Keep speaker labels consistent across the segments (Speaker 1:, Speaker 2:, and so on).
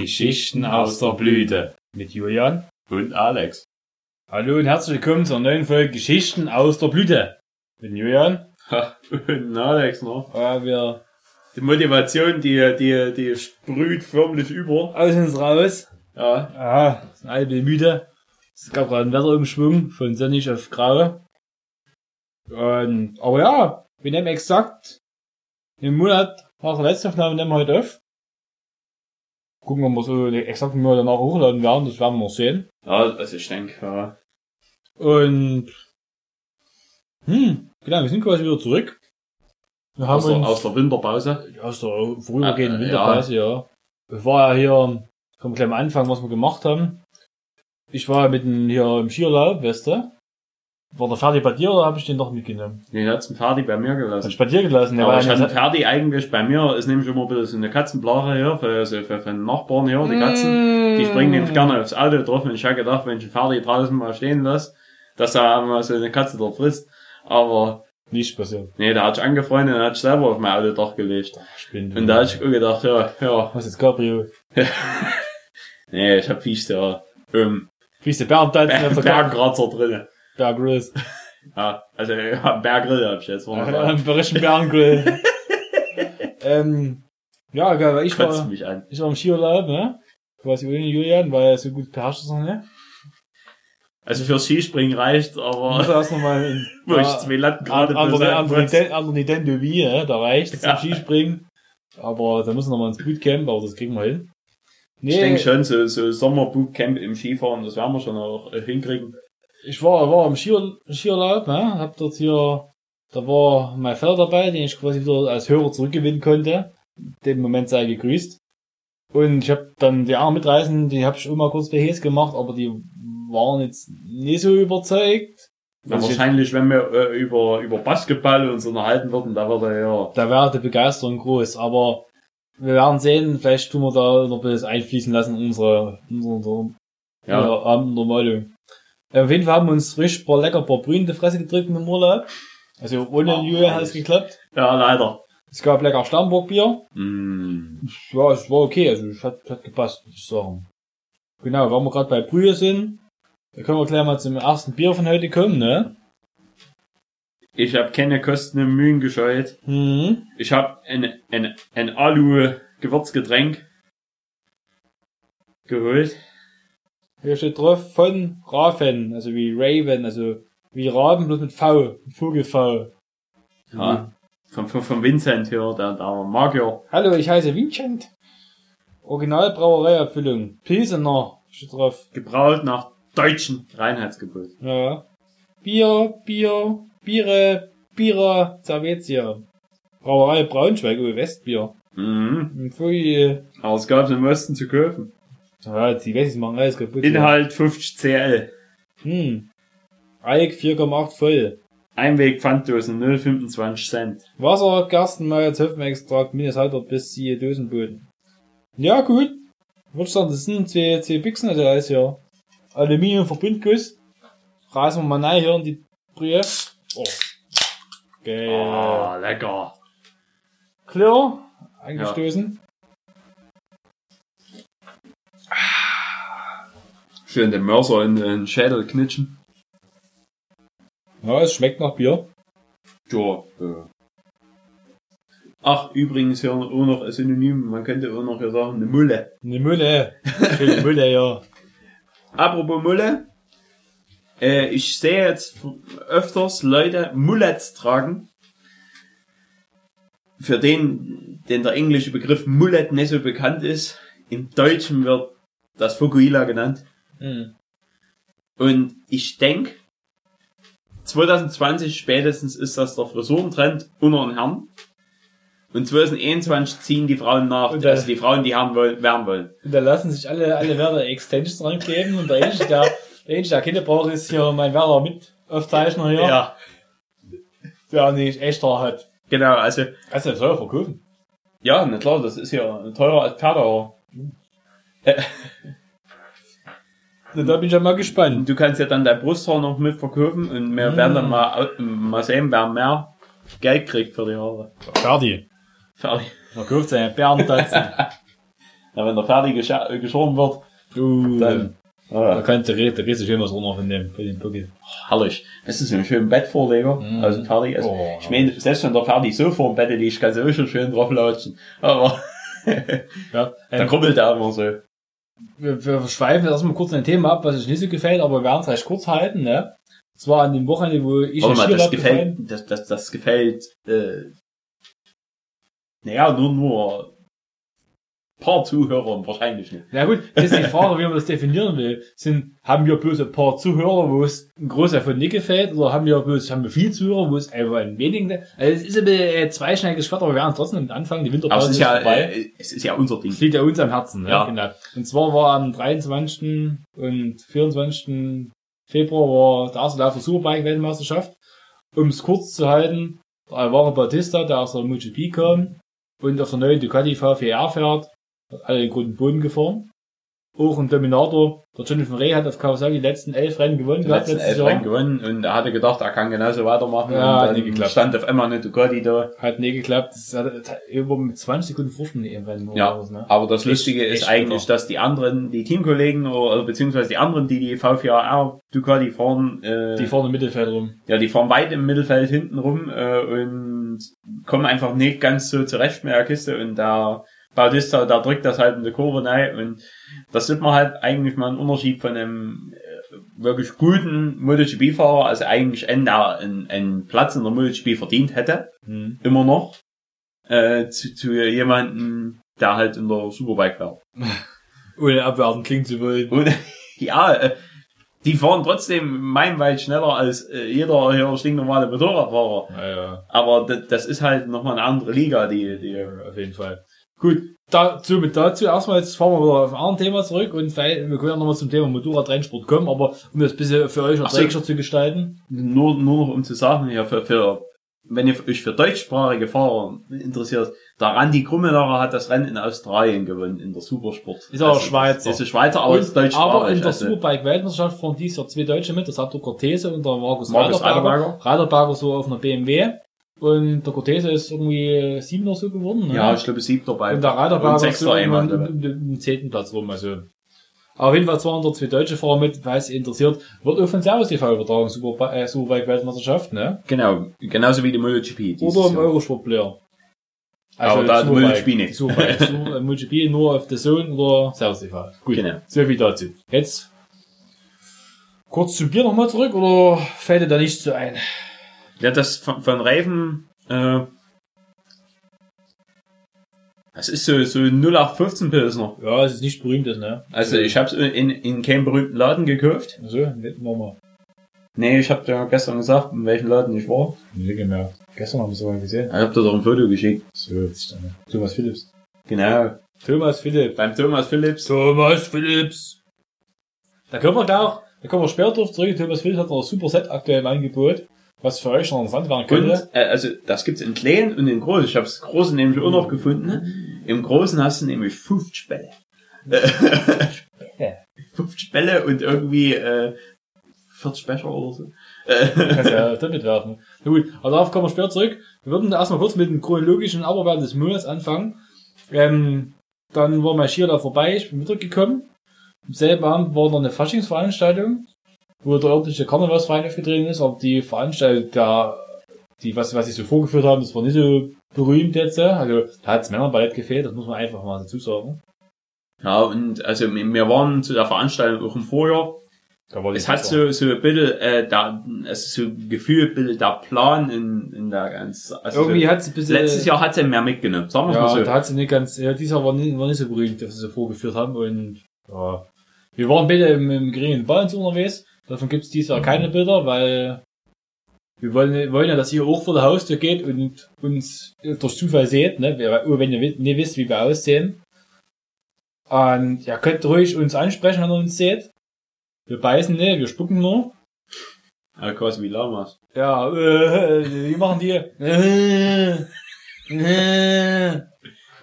Speaker 1: Geschichten aus der Blüte
Speaker 2: mit Julian.
Speaker 1: und Alex.
Speaker 2: Hallo und herzlich willkommen zur neuen Folge Geschichten aus der Blüte. Bin Julian.
Speaker 1: Ha, und Alex noch.
Speaker 2: Äh, wir
Speaker 1: Die Motivation, die, die, die sprüht förmlich über.
Speaker 2: aus uns raus.
Speaker 1: Ja,
Speaker 2: Ah, sind alle müde. Es gab gerade einen Wetterumschwung von sonnig auf grau. Und, aber ja, wir nehmen exakt im Monat nach der letzten Aufnahme nehmen wir heute auf. Gucken, ob wir so den exakten Monat danach hochladen werden. Das werden wir sehen.
Speaker 1: ja also ich denke, ja.
Speaker 2: Und hm, genau, wir sind quasi wieder zurück. Wir haben
Speaker 1: Aus, der,
Speaker 2: uns
Speaker 1: aus der Winterpause.
Speaker 2: ja, aus der vorübergehenden
Speaker 1: Ah, äh,
Speaker 2: Winterpause, ja. Ich war ja hier, komm gleich mal anfangen, was wir gemacht haben. Ich war mitten hier im Skierlaub, weißt du? War der fertig bei dir oder habe ich den noch mitgenommen?
Speaker 1: Den hat's ein Ferdi bei mir
Speaker 2: Hab ich
Speaker 1: gelassen.
Speaker 2: bei dir gelassen, der
Speaker 1: Aber
Speaker 2: war
Speaker 1: ich
Speaker 2: ja
Speaker 1: hatte
Speaker 2: nicht-
Speaker 1: einen Ferdi eigentlich bei mir, ist nämlich immer ein bisschen so eine Katzenblare hier, für, so für, für den Nachbarn hier, die Katzen. Die springen nämlich gerne aufs Auto drauf und ich habe gedacht, wenn ich einen Ferdi draußen mal stehen lasse, dass er mal so eine Katze dort frisst. Aber
Speaker 2: Nicht passiert.
Speaker 1: Nee, da hat ich angefreundet und hat ich selber auf mein Autodach gelegt.
Speaker 2: Spinnt.
Speaker 1: Und da hat ich auch gedacht, ja, ja.
Speaker 2: Was ist Cabrio?
Speaker 1: Nee, ich hab Viech da. Ähm,
Speaker 2: Kriegst du Bärentanzen auf der Karte?
Speaker 1: Bergkratzer drinne.
Speaker 2: Berggrills.
Speaker 1: Ja, also ja, Berggrill hab ich jetzt. wollen wir sagen.
Speaker 2: Am Berischen Bärengrill. ähm, ja, geil, weil ich war...
Speaker 1: Kotzt mich an.
Speaker 2: Ich war im Skiurlaub, ne? Quasi ohne Julian, weil er so gut beherrscht ist noch, ne?
Speaker 1: Also für Skispringen reicht's,
Speaker 2: Muss
Speaker 1: aber
Speaker 2: er erst nochmal in
Speaker 1: wo ich zwei Latten gerade
Speaker 2: andere, andere,
Speaker 1: besetzt.
Speaker 2: Niten- andere Nintendo Wii, ne? Da reicht's
Speaker 1: Ja.
Speaker 2: zum Skispringen. Aber da müssen wir nochmal ins Bootcamp, aber das kriegen wir hin.
Speaker 1: Ich
Speaker 2: Nee,
Speaker 1: denke
Speaker 2: ich,
Speaker 1: schon, so, so Sommerbootcamp im Skifahren, das werden wir schon auch äh, hinkriegen.
Speaker 2: war, war im Skiur, Skiurlaub, ne? Hab dort hier, da war mein Vater dabei, den ich quasi wieder als Hörer zurückgewinnen konnte. Den Moment sei gegrüßt. Und ich habe dann die anderen Mitreisenden, die habe ich immer kurz BHs gemacht, aber die waren jetzt nicht so überzeugt.
Speaker 1: Ja,
Speaker 2: Was ich jetzt-
Speaker 1: wahrscheinlich, wenn wir äh, über, über Basketball uns unterhalten würden, da wird er ja.
Speaker 2: da wäre die Begeisterung groß, aber wir werden sehen, vielleicht tun wir da noch ein bisschen einfließen lassen in unsere, in unsere, ja.
Speaker 1: Ja,
Speaker 2: unsere Abenduntermalung. Äh, Auf jeden Fall haben wir uns richtig paar lecker, paar Brühen in die Fresse gedrückt im Urlaub. Also ohne
Speaker 1: Ah,
Speaker 2: Julia hat es
Speaker 1: herrlich.
Speaker 2: geklappt.
Speaker 1: ja leider.
Speaker 2: Es gab lecker Stammburgbier.
Speaker 1: Mm.
Speaker 2: Ja, es war okay, also es hat, hat gepasst, muss ich sagen. Genau, wenn wir gerade bei Brühe sind, dann können wir gleich mal zum ersten Bier von heute kommen, ne?
Speaker 1: Ich habe keine Kosten und Mühen gescheut.
Speaker 2: Mhm.
Speaker 1: Ich habe ein, ein, ein Alu-Gewürzgetränk geholt.
Speaker 2: Hier steht drauf von Raven, also wie Raven, also wie Raben, bloß mit V, mit Vogel V. Mhm.
Speaker 1: Ja. Von, von, von Vincent hier, der, der Magier.
Speaker 2: Hallo, ich heiße Vincent. Originalbrauereiabfüllung. Pilsener steht drauf.
Speaker 1: Gebraut nach deutschen Reinheitsgebot.
Speaker 2: Ja. Bier, Bier, Biere, Bierer, Servetia. Brauerei Braunschweig, oh, Westbier.
Speaker 1: Mhm.
Speaker 2: Pfui.
Speaker 1: Aber es gab's im Westen zu kaufen.
Speaker 2: Ja, die Wessis machen alles kaputt.
Speaker 1: Inhalt 50 CL.
Speaker 2: Hm. Alk 4,8 voll.
Speaker 1: Einweg Pfanddosen 0,25 Cent.
Speaker 2: Wasser, Gerstenmalz, Hopfenextrakt, Mindesthalter bis siehe Dosenboden. Ja, gut. Würde ich sagen, das sind zwei, zwei Büchsen, also alles hier. Aluminiumverbundguss. Rasen wir mal rein hier in die Brühe. Oh. Geil.
Speaker 1: Ah, lecker.
Speaker 2: Clear. Eingestoßen.
Speaker 1: Schön den Mörser in den Schädel knitschen.
Speaker 2: Ja. es schmeckt nach Bier.
Speaker 1: Ja. ja. äh. Ach, übrigens hier auch noch ein Synonym. Man könnte auch noch hier sagen, eine Mulle.
Speaker 2: Eine Mülle. Schöne Mülle, ja.
Speaker 1: Apropos Mulle. Äh, ich sehe jetzt öfters Leute Mullets tragen. Für den, den der englische Begriff Mullet nicht so bekannt ist, im Deutschen wird das Fukuhila genannt.
Speaker 2: Hm.
Speaker 1: Und ich denke, 2020 spätestens ist das der Frisurentrend unter den Herren. Und 2021 ziehen die Frauen nach,
Speaker 2: Und, äh,
Speaker 1: also die Frauen, die Herren wollen, werden wollen.
Speaker 2: Und da lassen sich alle, alle Werder Extensions dran kleben und der Einzige, der, der, Einzige, der keine braucht, ist hier mein Werder mit Aufzeichner hier. Der nicht echter hat.
Speaker 1: Genau, also
Speaker 2: Also, das soll er verkaufen.
Speaker 1: Ja, na klar, das ist ja teurer als Pferdauer.
Speaker 2: Na, da bin ich ja mal
Speaker 1: Und
Speaker 2: gespannt.
Speaker 1: du kannst ja dann dein Brusthaar noch mit verkaufen und wir
Speaker 2: Mhm.
Speaker 1: werden dann mal, au- mal sehen, wer mehr Geld kriegt für die Haare.
Speaker 2: Ferdi.
Speaker 1: Fertig.
Speaker 2: Er kauft seine Bärentanzen.
Speaker 1: Ja, wenn der fertig gescha- äh, geschoren wird,
Speaker 2: Uh,
Speaker 1: dann.
Speaker 2: Da
Speaker 1: Ah,
Speaker 2: kannst du da kannst du schön was runter von dem, von dem Buckel.
Speaker 1: herrlich. Das ist so ein schöner Bettvorleger.
Speaker 2: Mhm.
Speaker 1: Also fertig. Also,
Speaker 2: Oh,
Speaker 1: ich meine, selbst wenn der fertig so vor dem Bett liegt, kann sie auch schon schön drauflatschen. Aber
Speaker 2: Ja.
Speaker 1: dann
Speaker 2: Ähm,
Speaker 1: krummelt er immer so.
Speaker 2: wir, wir schweifen jetzt erstmal kurz ein Thema ab, was euch nicht so gefällt, aber wir werden es recht kurz halten, ne? Es war an dem Wochenende, wo ich
Speaker 1: Warte mal, das
Speaker 2: Skilab gefallen-
Speaker 1: gefällt, das, das, das gefällt, äh, naja, nur, nur, ein paar Zuhörern wahrscheinlich nicht.
Speaker 2: Na gut, das ist die Frage, wie man das definieren will. Sind, haben wir bloß ein paar Zuhörer, wo es ein Großteil von nicht gefällt, oder haben wir bloß, haben wir viel Zuhörer, wo es einfach ein wenigen, also es ist ein bisschen äh, zweischneidiges Schwert, aber wir werden trotzdem mit anfangen, die
Speaker 1: Aber es
Speaker 2: Winterpause
Speaker 1: ist
Speaker 2: ist
Speaker 1: ja,
Speaker 2: vorbei.
Speaker 1: äh, es ist ja unser Ding.
Speaker 2: Das liegt ja uns am Herzen, ne?
Speaker 1: Ja.
Speaker 2: genau. Und zwar war am 23. und 24. Februar war der erste Lauf der Superbike-Weltmeisterschaft. Um es kurz zu halten, Alvaro Bautista, der aus der MotoGP kam und auf der neuen Ducati V4R fährt, hat alle den guten Boden gefahren. Auch ein Dominator, der Jonathan Ray hat auf Kawasaki die letzten elf Rennen gewonnen,
Speaker 1: Die
Speaker 2: gehabt
Speaker 1: letzten elf Rennen gewonnen und er hatte gedacht, er kann genauso weitermachen.
Speaker 2: Ja,
Speaker 1: und
Speaker 2: hat
Speaker 1: dann
Speaker 2: nie geklappt.
Speaker 1: stand auf einmal eine Ducati da.
Speaker 2: Hat nie geklappt, das hat, das hat über mit 20 Sekunden Vorsprung in dem Rennen. oder
Speaker 1: Ja,
Speaker 2: was, ne?
Speaker 1: aber das
Speaker 2: Echt-
Speaker 1: Lustige
Speaker 2: echt
Speaker 1: ist eigentlich,
Speaker 2: bitter.
Speaker 1: dass die anderen, die Teamkollegen oder beziehungsweise die anderen, die die V4R Ducati fahren, äh,
Speaker 2: Die vorne im Mittelfeld rum.
Speaker 1: ja, die fahren weit im Mittelfeld hinten rum äh, und kommen einfach nicht ganz so zurecht mit der Kiste und da Bautista, da drückt das halt in der Kurve rein und das sieht man halt eigentlich mal einen Unterschied von einem äh, wirklich guten MotoGP-Fahrer, also eigentlich einen, der einen, einen Platz in der MotoGP verdient hätte,
Speaker 2: Hm.
Speaker 1: immer noch, äh, zu, zu jemandem, der halt in der Superbike war.
Speaker 2: Ohne abwerten klingen zu wollen.
Speaker 1: Und ja, äh, die fahren trotzdem meilenweit schneller als äh, jeder hier stinknormale Motorradfahrer.
Speaker 2: Naja.
Speaker 1: Aber das, das ist halt nochmal eine andere Liga, die, die
Speaker 2: Ja, auf jeden Fall. Gut, dazu mit dazu erstmal, jetzt fahren wir wieder auf ein anderes Thema zurück und vielleicht, wir können ja nochmal zum Thema Motorradrennsport kommen, aber um das ein bisschen für euch
Speaker 1: Ach so.
Speaker 2: erträglicher zu gestalten.
Speaker 1: nur, nur noch um zu sagen, ja, für, für, wenn ihr euch für deutschsprachige Fahrer interessiert, der Randi Krummelauer hat das Rennen in Australien gewonnen, in der Supersport.
Speaker 2: Ist aber Schweizer.
Speaker 1: Ist ein Schweizer, aber
Speaker 2: Und-
Speaker 1: ist deutschsprachig.
Speaker 2: aber in der
Speaker 1: also.
Speaker 2: Superbike-Weltmeisterschaft fahren dies Jahr zwei Deutsche mit, das hat der Cortese und der Markus,
Speaker 1: Markus
Speaker 2: Raderberger. Raderberger so auf einer BMW und der Cortese ist irgendwie sieben oder so geworden. Ne?
Speaker 1: ja, ich glaube, siebter bei.
Speaker 2: Und der
Speaker 1: und
Speaker 2: Raderberger ist
Speaker 1: sechster
Speaker 2: irgendwann
Speaker 1: einmal.
Speaker 2: im, im, im zehnten Platz rum. Also. Auf jeden Fall 202 deutsche Fahrer mit, falls ihr interessiert, wird auch von Servus TV übertragen, Super, äh, Superbike Weltmeisterschaft, ne?
Speaker 1: Genau, genauso wie die MotoGP. dieses
Speaker 2: Oder im Also
Speaker 1: Jahr.
Speaker 2: Eurosport Player.
Speaker 1: Aber da hat
Speaker 2: Superbike.
Speaker 1: MotoGP nicht.
Speaker 2: Superbike, Su- äh, MotoGP nur auf The Zone oder Servus TV. Gut,
Speaker 1: Genau.
Speaker 2: so viel dazu. Jetzt kurz zu Bier nochmal zurück oder fällt dir da nichts so ein?
Speaker 1: Ja, das von, von Raven, äh, das ist so, so 0815 Pilsner.
Speaker 2: Ja, es ist nicht berühmtes, ne?
Speaker 1: Also ich hab's in, in keinem berühmten Laden gekauft.
Speaker 2: So, hätten Also, wir mal.
Speaker 1: Nee, ich hab dir gestern gesagt, in welchem Laden ich war.
Speaker 2: Nicht mehr. Gestern haben wir es aber gesehen.
Speaker 1: Ich hab dir doch ein Foto geschickt.
Speaker 2: So, jetzt ist dann. Thomas Philips.
Speaker 1: Genau.
Speaker 2: Thomas Philipp.
Speaker 1: Beim Thomas Phillips.
Speaker 2: Thomas Phillips. Da können wir gleich, auch- da kommen wir später drauf zurück. Thomas Phillips hat noch ein super Set aktuell im Angebot, was für euch noch interessant werden
Speaker 1: Und,
Speaker 2: könnte.
Speaker 1: äh, also, das gibt's in klein und in groß. Ich hab's großen nämlich auch noch gefunden. Im großen hast du nämlich 50 Bälle.
Speaker 2: Spälle.
Speaker 1: 50 Bälle und irgendwie, äh, 40 Becher oder so. Äh,
Speaker 2: Kannst ja damit werfen. Na gut, aber darauf kommen wir später zurück. Wir würden da erstmal kurz mit dem chronologischen Abarbeiten des Monats anfangen. Ähm, dann war mein Skier da vorbei, ich bin wiedergekommen. Am selben Abend war noch eine Faschingsveranstaltung, wo der örtliche Karnevalsverein aufgetreten ist, aber die Veranstaltung da, die, was, was sie so vorgeführt haben, das war nicht so berühmt jetzt. äh. Also, da hat das Männerballett gefehlt, das muss man einfach mal dazu sagen.
Speaker 1: ja, und also, wir waren zu der Veranstaltung auch im Vorjahr.
Speaker 2: Da war die
Speaker 1: Es hat
Speaker 2: Saison.
Speaker 1: so, so ein bisschen, äh, da, es ist so ein Gefühl, ein bisschen der Plan in, in der ganzen, also,
Speaker 2: Irgendwie
Speaker 1: so,
Speaker 2: hat es ein bisschen...
Speaker 1: letztes Jahr hat's ja mehr mitgenommen. Sagen wir's
Speaker 2: Ja,
Speaker 1: mal so.
Speaker 2: da hat sie nicht ganz, ja, dieser war nicht, war nicht so berühmt, dass sie sie vorgeführt haben und, ja. Wir waren beide im, im geringen Balance unterwegs. Davon gibt's dieses Jahr keine Bilder, weil wir wollen, wollen ja, dass ihr auch vor der Haustür geht und uns durch Zufall seht, ne? Wir- oh, Wenn ihr wi- nicht wisst, wie wir aussehen. Und ja, könnt ruhig uns ansprechen, wenn ihr uns seht. Wir beißen nicht, wir spucken nur.
Speaker 1: Ja, quasi wie Lamas.
Speaker 2: Ja, äh, wie machen die? Äh, äh,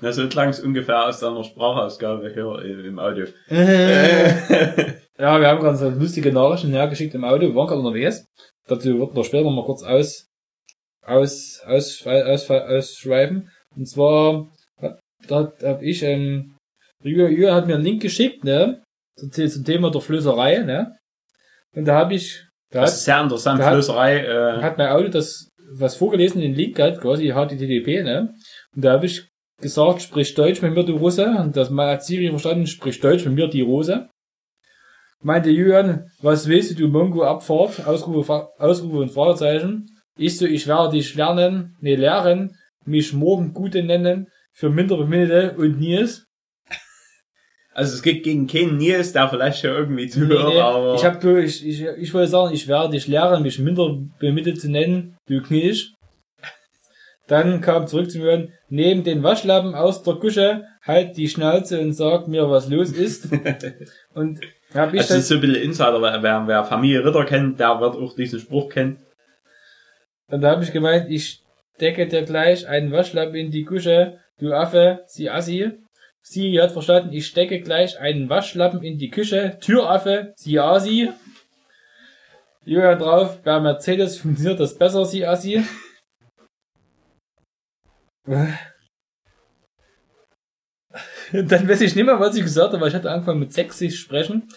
Speaker 1: Na, so klang es ungefähr aus deiner Sprachausgabe hier im im Audio.
Speaker 2: äh.
Speaker 1: Äh,
Speaker 2: Ja, wir haben ganz lustige Nachrichten hergeschickt im Auto. Wir waren gerade unterwegs. Dazu wird noch später noch mal kurz aus, aus, aus, aus, aus, ausschreiben. Und zwar, hab- da habe äh, ich, ähm, Jürgen Jürgen hat mir einen Link geschickt, ne? Zum, The- zum Thema der Flößerei, ne? Und da habe ich, da
Speaker 1: Das
Speaker 2: hat,
Speaker 1: ist sehr interessant.
Speaker 2: Da hat-
Speaker 1: Flößerei, äh,
Speaker 2: hat mein Auto das, was vorgelesen, den Link halt, quasi HTTP, ne? Und da habe ich gesagt, sprich Deutsch mit mir, du Russe. Und das mal hat Siri verstanden, sprich Deutsch mit mir, die Rose. Meinte Jürgen, was willst du, du Mongo-Abfahrt? Ausrufe, Fra- Ausrufe und Fragezeichen. Ich so, ich werde dich lernen, nee, lehren, mich morgen Gute nennen, für minder Bemiddelte und Nils.
Speaker 1: also es geht gegen keinen Nils, der vielleicht hier irgendwie zuhört,
Speaker 2: Nee, nee.
Speaker 1: aber.
Speaker 2: Ich hab du, ich, ich, ich wollte sagen, ich werde dich lehren, mich minder bemittelt zu nennen, du Knilch. Dann kam zurück zu mir, neben den Waschlappen aus der Küche, halt die Schnauze und sag mir, was los ist. und hab ich
Speaker 1: also das ist
Speaker 2: das,
Speaker 1: so ein bisschen Insider, weil wer, wer Familie Ritter kennt, der wird auch diesen Spruch kennen.
Speaker 2: und da hab ich gemeint, ich stecke dir gleich einen Waschlappen in die Küche, du Affe, sie Assi. Sie hat verstanden, ich stecke gleich einen Waschlappen in die Küche, Türaffe, sie Assi. Jürgen drauf, bei Mercedes funktioniert das besser, sie Assi. Und Dann weiß ich nicht mehr, was ich gesagt habe, weil ich hatte angefangen mit sexy sprechen.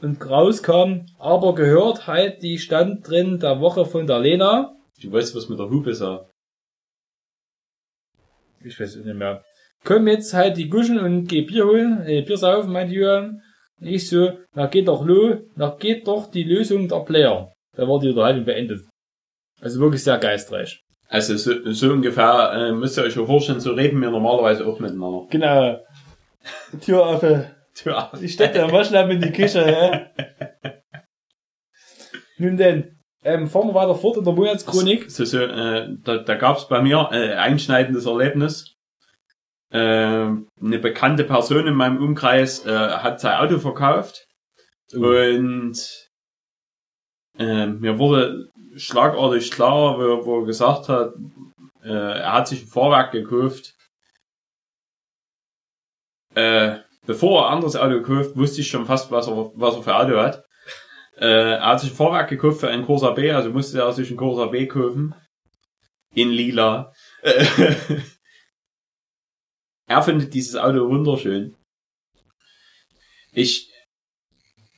Speaker 2: Und rauskam, aber gehört halt, die stand drin der Woche von der Lena.
Speaker 1: Du weißt, was mit der Hupe ist, ja.
Speaker 2: Ich weiß nicht mehr. Komm jetzt halt die Guschen und geh Bier holen, äh, Bier saufen, meinte Jürgen. Und ich so, na geht doch lo, na geht doch die Lösung der Player. Da war die Unterhaltung beendet. Also wirklich sehr geistreich.
Speaker 1: Also so, so ungefähr äh, müsst ihr euch ja vorstellen, so reden wir normalerweise auch miteinander.
Speaker 2: Genau. Tür auf.
Speaker 1: Tja.
Speaker 2: Ich stecke den Waschlappen in die Küche, hä? Nun denn, ähm, fahren wir weiter fort in der Monatschronik.
Speaker 1: So, so, äh, da da gab es bei mir äh, einschneidendes Erlebnis. Äh, eine bekannte Person in meinem Umkreis äh, hat sein Auto verkauft und äh, mir wurde schlagartig klar, wo, wo er gesagt hat, äh, er hat sich ein Fahrwerk gekauft. Äh, bevor er ein anderes Auto gekauft, wusste ich schon fast, was er, was er für Auto hat. Äh, er hat sich ein Fahrwerk gekauft für einen Corsa B, also musste er sich einen Corsa B kaufen. In lila. Äh, er findet dieses Auto wunderschön. Ich,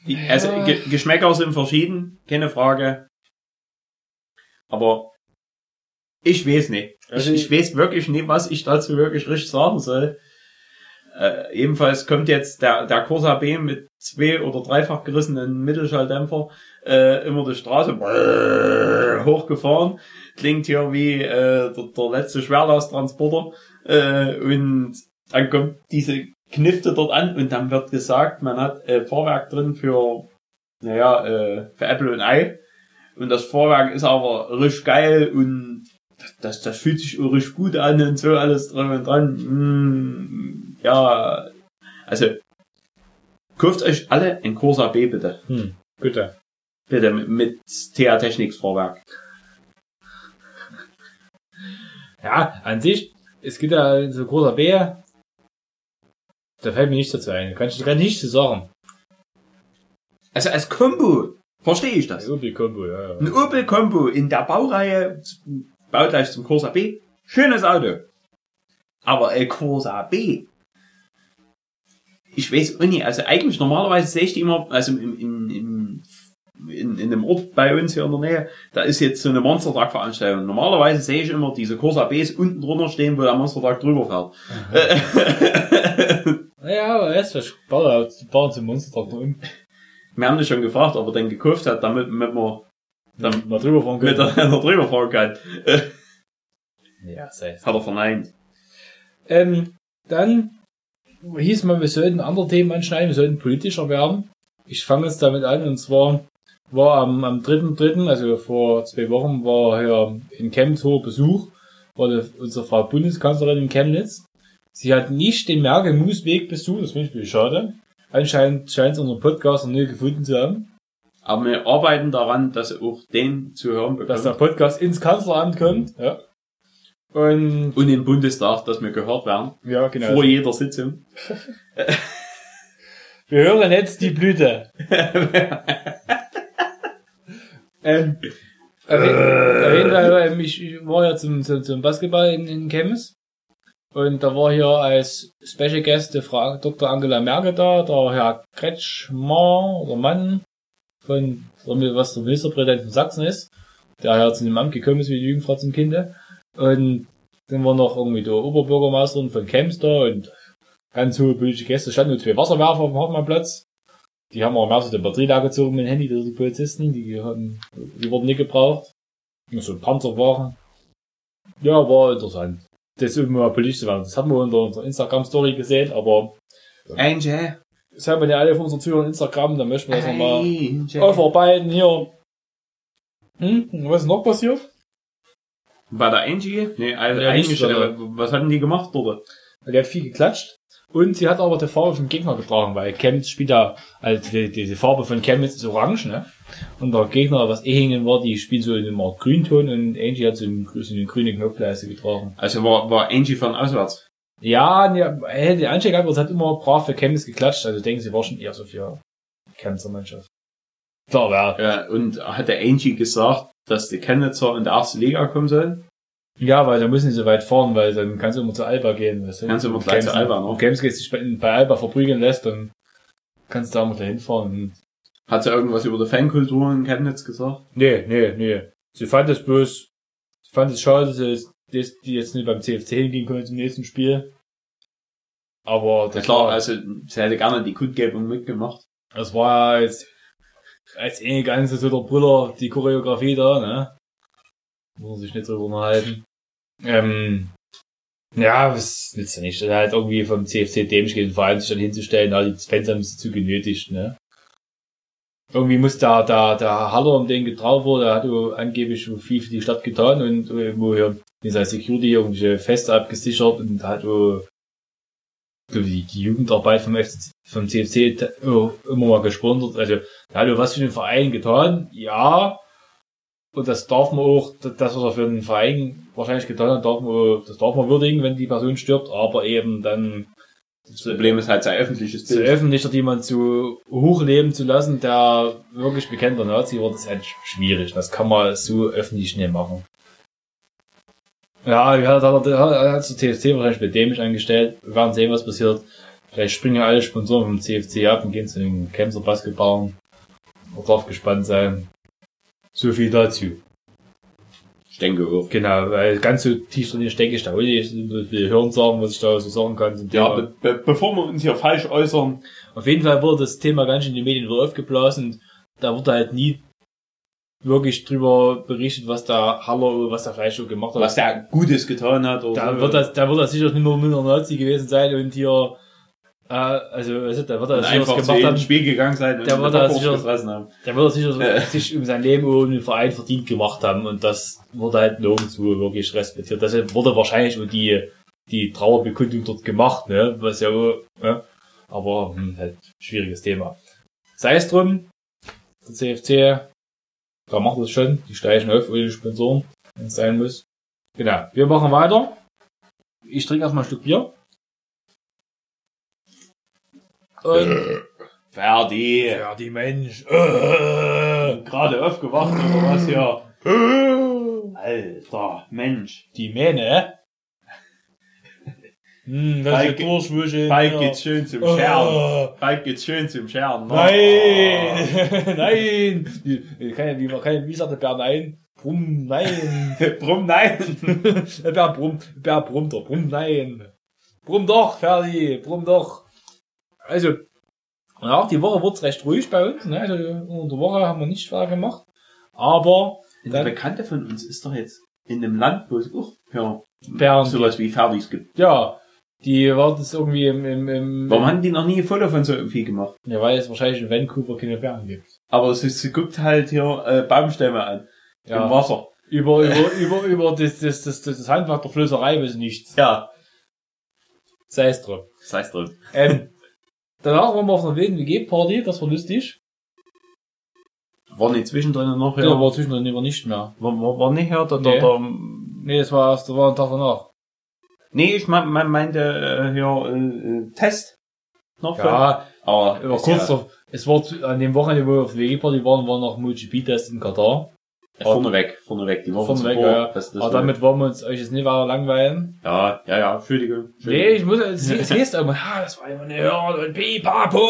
Speaker 1: ich also
Speaker 2: Ja.
Speaker 1: Ge Geschmäcker sind verschieden, keine Frage. Aber ich weiß nicht.
Speaker 2: Also
Speaker 1: ich, ich weiß wirklich nicht, was ich dazu wirklich richtig sagen soll. Äh, ebenfalls kommt jetzt der, der Corsa B mit zwei- oder dreifach gerissenen Mittelschalldämpfer äh, immer die Straße brrr, hochgefahren. Klingt hier wie äh, der, der letzte Schwerlasttransporter. Äh, und dann kommt diese Knifte dort an und dann wird gesagt, man hat äh, Vorwerk drin für, naja, äh, für Apple und Ei. Und das Vorwerk ist aber richtig geil und das, das fühlt sich auch richtig gut an und so alles dran und dran. Mm, ja, also kauft euch alle ein Corsa B bitte.
Speaker 2: Hm, bitte.
Speaker 1: Bitte mit, mit TH Technics Vorwerk.
Speaker 2: Ja, an sich, es gibt ja so großer Bär. Da fällt mir nichts dazu ein. Kann ich gerade nichts zu sagen.
Speaker 1: Also als Kombo verstehe ich das.
Speaker 2: Irgendwie Kombo, Also ja. ja.
Speaker 1: Ein Opel Combo in der Baureihe, Baugleich zum Corsa B, schönes Auto. Aber El Corsa B, ich weiß auch nicht, also eigentlich normalerweise sehe ich die immer, also im, im, im, in, in dem Ort bei uns hier in der Nähe, da ist jetzt so eine Monstertag-Veranstaltung. Normalerweise sehe ich immer diese Corsa Bs unten drunter stehen, wo der Monstertag drüber fährt.
Speaker 2: Naja, aber weißt du, ich baue bauen zum Monstertag noch um.
Speaker 1: Wir haben dich schon gefragt, ob er den gekauft hat, damit, damit man Dann-
Speaker 2: mal drüber fahren
Speaker 1: mit
Speaker 2: können.
Speaker 1: der, drüber fahren kann.
Speaker 2: Ja, sei
Speaker 1: Hat er verneint.
Speaker 2: Ähm, dann hieß man, wir sollten andere Themen anschneiden, wir sollten politischer werden. Ich fange jetzt damit an, und zwar war am, am 3.3., also vor zwei Wochen, war hier in Chemnitz hoher Besuch, war die, unsere Frau Bundeskanzlerin in Chemnitz. Sie hat nicht den Merkel-Musweg besucht, das finde ich ein bisschen schade. Anscheinend scheint es unseren Podcast noch nie gefunden zu haben,
Speaker 1: Aber wir arbeiten daran, dass auch den zu hören
Speaker 2: dass der
Speaker 1: bekommt.
Speaker 2: Podcast ins Kanzleramt kommt. Ja. Und
Speaker 1: Und im Bundestag, dass wir gehört werden.
Speaker 2: ja, genau.
Speaker 1: Vor jeder Sitzung.
Speaker 2: Wir hören jetzt die Blüte. ähm, äh, auf jeden auf jeden Fall, ähm, ich ich war ja zum, zum, zum Basketball in, in Chemnitz Und da war hier als Special Guest die Frau Dr. Angela Merkel da, der Herr Kretschmer oder Mann von, was der Ministerpräsident von Sachsen ist, der ja zu dem Amt gekommen ist wie die Jugendfrau zum Kinde. Und dann war noch irgendwie der Oberbürgermeister von Chems da und ganz hohe politische Gäste. Standen nur zwei Wasserwerfer auf dem Hauptmannplatz. Die haben auch mehrmals den Batterie da gezogen mit dem Handy, das sind die Polizisten, die, haben, die wurden nicht gebraucht. Nur so Panzerwagen. Ja, war interessant. Das irgendwie mal politisch zu werden. Das haben wir unter unserer Instagram-Story gesehen, aber
Speaker 1: Angel.
Speaker 2: das haben wir ja alle auf unseren Zuhörern Instagram, da möchten wir das nochmal
Speaker 1: Angel.
Speaker 2: aufarbeiten hier. Hm, was ist noch passiert?
Speaker 1: War da Angie? Nee, also
Speaker 2: Ja, nicht,
Speaker 1: eigentlich, aber
Speaker 2: sondern-
Speaker 1: was hatten die gemacht dort?
Speaker 2: Die hat viel geklatscht. Und sie hat aber die Farbe vom Gegner getragen, weil Chemnitz spielt ja, also die, die, die Farbe von Chemnitz ist orange, ne? Und der Gegner, was Ehingen war, die spielt so in dem Art Grünton und Angie hat so einen, so einen grünen Knopfleiste getragen.
Speaker 1: Also war, war Angie von auswärts.
Speaker 2: Ja, ne, hey, die Anstieg hat immer brav für Chemnitz geklatscht, also ich denke, sie war schon eher so für Chemnitzer Mannschaft. Klar, ja.
Speaker 1: Äh, und hatte Angie gesagt, dass die Chemnitzer in der ersten Liga kommen sollen?
Speaker 2: Ja, weil da müssen sie so weit fahren, weil dann kannst du immer zu Alba gehen, weißt du?
Speaker 1: Kannst du immer gleich zu Alba ne? noch.
Speaker 2: Und Chemnitz geht sich bei bei Alba verprügeln lässt, dann kannst du da mal dahin fahren und
Speaker 1: Hat sie irgendwas über die Fankultur in Chemnitz gesagt?
Speaker 2: Nee, nee, nee. Sie fand es bloß, sie fand es schade, dass es- dass die jetzt nicht beim CFC hingehen können zum nächsten Spiel. Aber
Speaker 1: Ja
Speaker 2: das
Speaker 1: klar,
Speaker 2: war,
Speaker 1: also sie hätte gerne die Kundgebung mitgemacht.
Speaker 2: das war ja jetzt, als eh ganz so der Brüller, die Choreografie da, ne? Muss man sich nicht drüber unterhalten. Ähm, ja, was willst du nicht? Das halt irgendwie vom CFC dämlich gegen den Verein sich dann hinzustellen, da die Fans haben es dazu genötigt, ne? irgendwie muss da, da, da Haller, um den getraut wurde, der hat jo angeblich schon viel für die Stadt getan und äh, wo hier dieser Security irgendwelche Feste abgesichert und hat jo, glaub ich, die, die Jugendarbeit vom, FC, vom CFC t- jo, immer mal gesponsert. Also, da hat jo was für den Verein getan, ja. Und das darf man auch, d- das, was er für den Verein wahrscheinlich getan hat, darf man, auch- das darf man würdigen, wenn die Person stirbt, aber eben dann
Speaker 1: Das Problem ist halt sein öffentliches
Speaker 2: zu
Speaker 1: Bild.
Speaker 2: öffentlicher, die man zu hochleben zu lassen, der wirklich bekannter Nazi wird, ist halt sch- schwierig. Das kann man so öffentlich nicht machen. Ja, ja, da hat er hat der TFC wahrscheinlich mit dämlich angestellt. Wir werden sehen, was passiert. Vielleicht springen ja alle Sponsoren vom CFC ab und gehen zu den Kämpfer Basketballern. Auch drauf gespannt sein. So viel dazu.
Speaker 1: Ich denke auch.
Speaker 2: Genau, weil ganz so tief drin stecke ich da. auch nicht. Ich will hören sagen, was ich da so sagen kann. zum
Speaker 1: Ja,
Speaker 2: Thema.
Speaker 1: be be bevor wir uns hier falsch äußern,
Speaker 2: Auf jeden Fall wurde das Thema ganz schön in den Medien wieder aufgeblasen und da wurde halt nie wirklich drüber berichtet, was da Haller, was da vielleicht schon gemacht hat.
Speaker 1: was der Gutes getan hat. Oder
Speaker 2: da
Speaker 1: so.
Speaker 2: wird das, da wird das sicher nicht nur mit einer Nazi gewesen sein und hier, äh, also, weißt du, da wird er
Speaker 1: Und
Speaker 2: sicher
Speaker 1: einfach
Speaker 2: was
Speaker 1: zu
Speaker 2: gemacht
Speaker 1: jedem
Speaker 2: haben,
Speaker 1: Spiel gegangen sein und
Speaker 2: Der
Speaker 1: eine
Speaker 2: wird da
Speaker 1: Bockwurst
Speaker 2: sicher-
Speaker 1: gefressen haben.
Speaker 2: da wird er sicher so,
Speaker 1: Äh.
Speaker 2: sich um sein Leben und um den Verein verdient gemacht haben und das wurde halt nirgendwo wirklich respektiert. Deshalb wurde wahrscheinlich auch die, die Trauerbekundung dort gemacht, ne, was ja, auch, ne? aber hm, halt schwieriges Thema. Sei es drum, der CFC, da macht es schon, die steigen auf ohne Sponsoren, wenn es sein muss. Genau, wir machen weiter. Ich trinke erstmal ein Stück Bier.
Speaker 1: Äh.
Speaker 2: Und
Speaker 1: Ferdi.
Speaker 2: ja, die Mensch. Äh.
Speaker 1: Gerade aufgewacht oder was hier. Alter, Mensch.
Speaker 2: Die Mähne. Hm, das
Speaker 1: Bald
Speaker 2: ist
Speaker 1: ge-
Speaker 2: durchwischen.
Speaker 1: Bald
Speaker 2: ja.
Speaker 1: geht's schön zum
Speaker 2: Äh.
Speaker 1: Scheren. Bald geht's schön zum Scheren. ne?
Speaker 2: Nein! nein! Die- die Kann ja, wie, man kann ja, wie sagt der Bär nein? Brumm, nein!
Speaker 1: Brumm, nein.
Speaker 2: der Bär brumm, Bär brummt doch, brumm, nein! Brumm doch, Ferdi, brumm doch! Also, ja, die Woche wird's recht ruhig bei uns, ne? Also, in der Woche haben wir nicht schwer gemacht. Aber,
Speaker 1: Eine
Speaker 2: dann,
Speaker 1: Bekannte von uns ist doch jetzt in einem Land, wo es auch ja,
Speaker 2: Bären,
Speaker 1: sowas wie Ferdis gibt.
Speaker 2: ja, die dus war das irgendwie im, im, im
Speaker 1: Warum haben die noch nie ein Foto von so irgendwie gemacht?
Speaker 2: Ja, weil es wahrscheinlich in Vancouver keine Bären gibt.
Speaker 1: Aber sie, sie guckt halt hier äh, Baumstämme an. Im
Speaker 2: Ja.
Speaker 1: Wasser.
Speaker 2: Über, über, über, über das, das, das, das, das Handwerk der Flößerei wissen nichts.
Speaker 1: Ja.
Speaker 2: Sei es drum.
Speaker 1: Das heißt drin.
Speaker 2: Ähm, danach waren wir auf einer wilden WG-Party, das war lustig.
Speaker 1: War nicht zwischendrin noch
Speaker 2: Ja,
Speaker 1: her?
Speaker 2: war zwischendrin aber nicht mehr.
Speaker 1: war, war, war nicht her? Da,
Speaker 2: Nee.
Speaker 1: da,
Speaker 2: Nee, das war erst, das war ein Tag danach.
Speaker 1: nee, ich mein, mein, meinte äh, hier äh, äh, Test. Noch von-
Speaker 2: Ja,
Speaker 1: Aber
Speaker 2: über
Speaker 1: ist
Speaker 2: kurz
Speaker 1: ja,
Speaker 2: auf, es war zu, an dem Wochenende, wo wir auf der WG-Party waren, war noch MotoGP-Test in Katar.
Speaker 1: Ja, vorneweg, vorneweg, die Woche
Speaker 2: Vorneweg,
Speaker 1: zuvor,
Speaker 2: ja.
Speaker 1: das- das
Speaker 2: Aber damit wollen wir uns euch jetzt nicht weiter langweilen.
Speaker 1: Ja, ja, ja, Entschuldigung.
Speaker 2: Nee,
Speaker 1: Entschuldigung.
Speaker 2: ich muss, es es heißt immer, ja, ah, das war immer eine Hörn und Pipapo.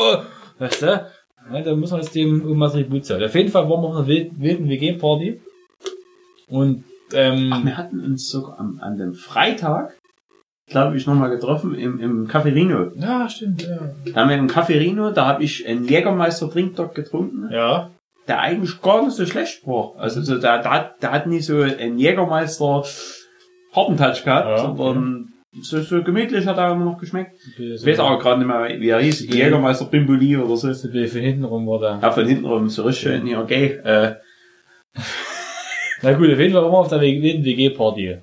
Speaker 2: Weißt du? Ja, da muss man jetzt dem um Attribut sein. Auf jeden Fall waren wir auf einer wilden, wilden WG-Party. Und, ähm,
Speaker 1: Ach, wir hatten uns sogar am, an dem Freitag, glaube ich, nochmal getroffen im, im Café Rino.
Speaker 2: ja, stimmt, ja.
Speaker 1: Da haben wir im Café Rino, da habe ich einen Jägermeister-Drink dort getrunken,
Speaker 2: Ja.
Speaker 1: der eigentlich gar nicht so schlecht war. Also so, da, da, hat- da hat nie so ein Jägermeister harten Touch gehabt,
Speaker 2: Ja, okay.
Speaker 1: sondern so, so gemütlich hat er immer noch geschmeckt. Ich weiß
Speaker 2: auch.
Speaker 1: aber gerade nicht mehr, wie er hieß, Jägermeister Bimboli oder so.
Speaker 2: Ein bisschen hinten rum war der.
Speaker 1: Ja, von hinten rum so richtig schön, ja, okay. Äh,
Speaker 2: Na gut, auf jeden Fall waren wir auf der wilden WG-Party.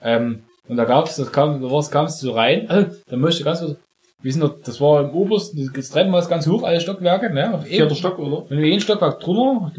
Speaker 2: Ähm, und da gab's, das kam, da war's, kamst du rein, äh, da möchte ich ganz kurz, wir sind noch, das war im obersten, das Treppenhaus ganz hoch, alle Stockwerke, ne, auf
Speaker 1: vierter
Speaker 2: jedem,
Speaker 1: Stock, oder?
Speaker 2: wenn wir jeden Stockwerk drunter,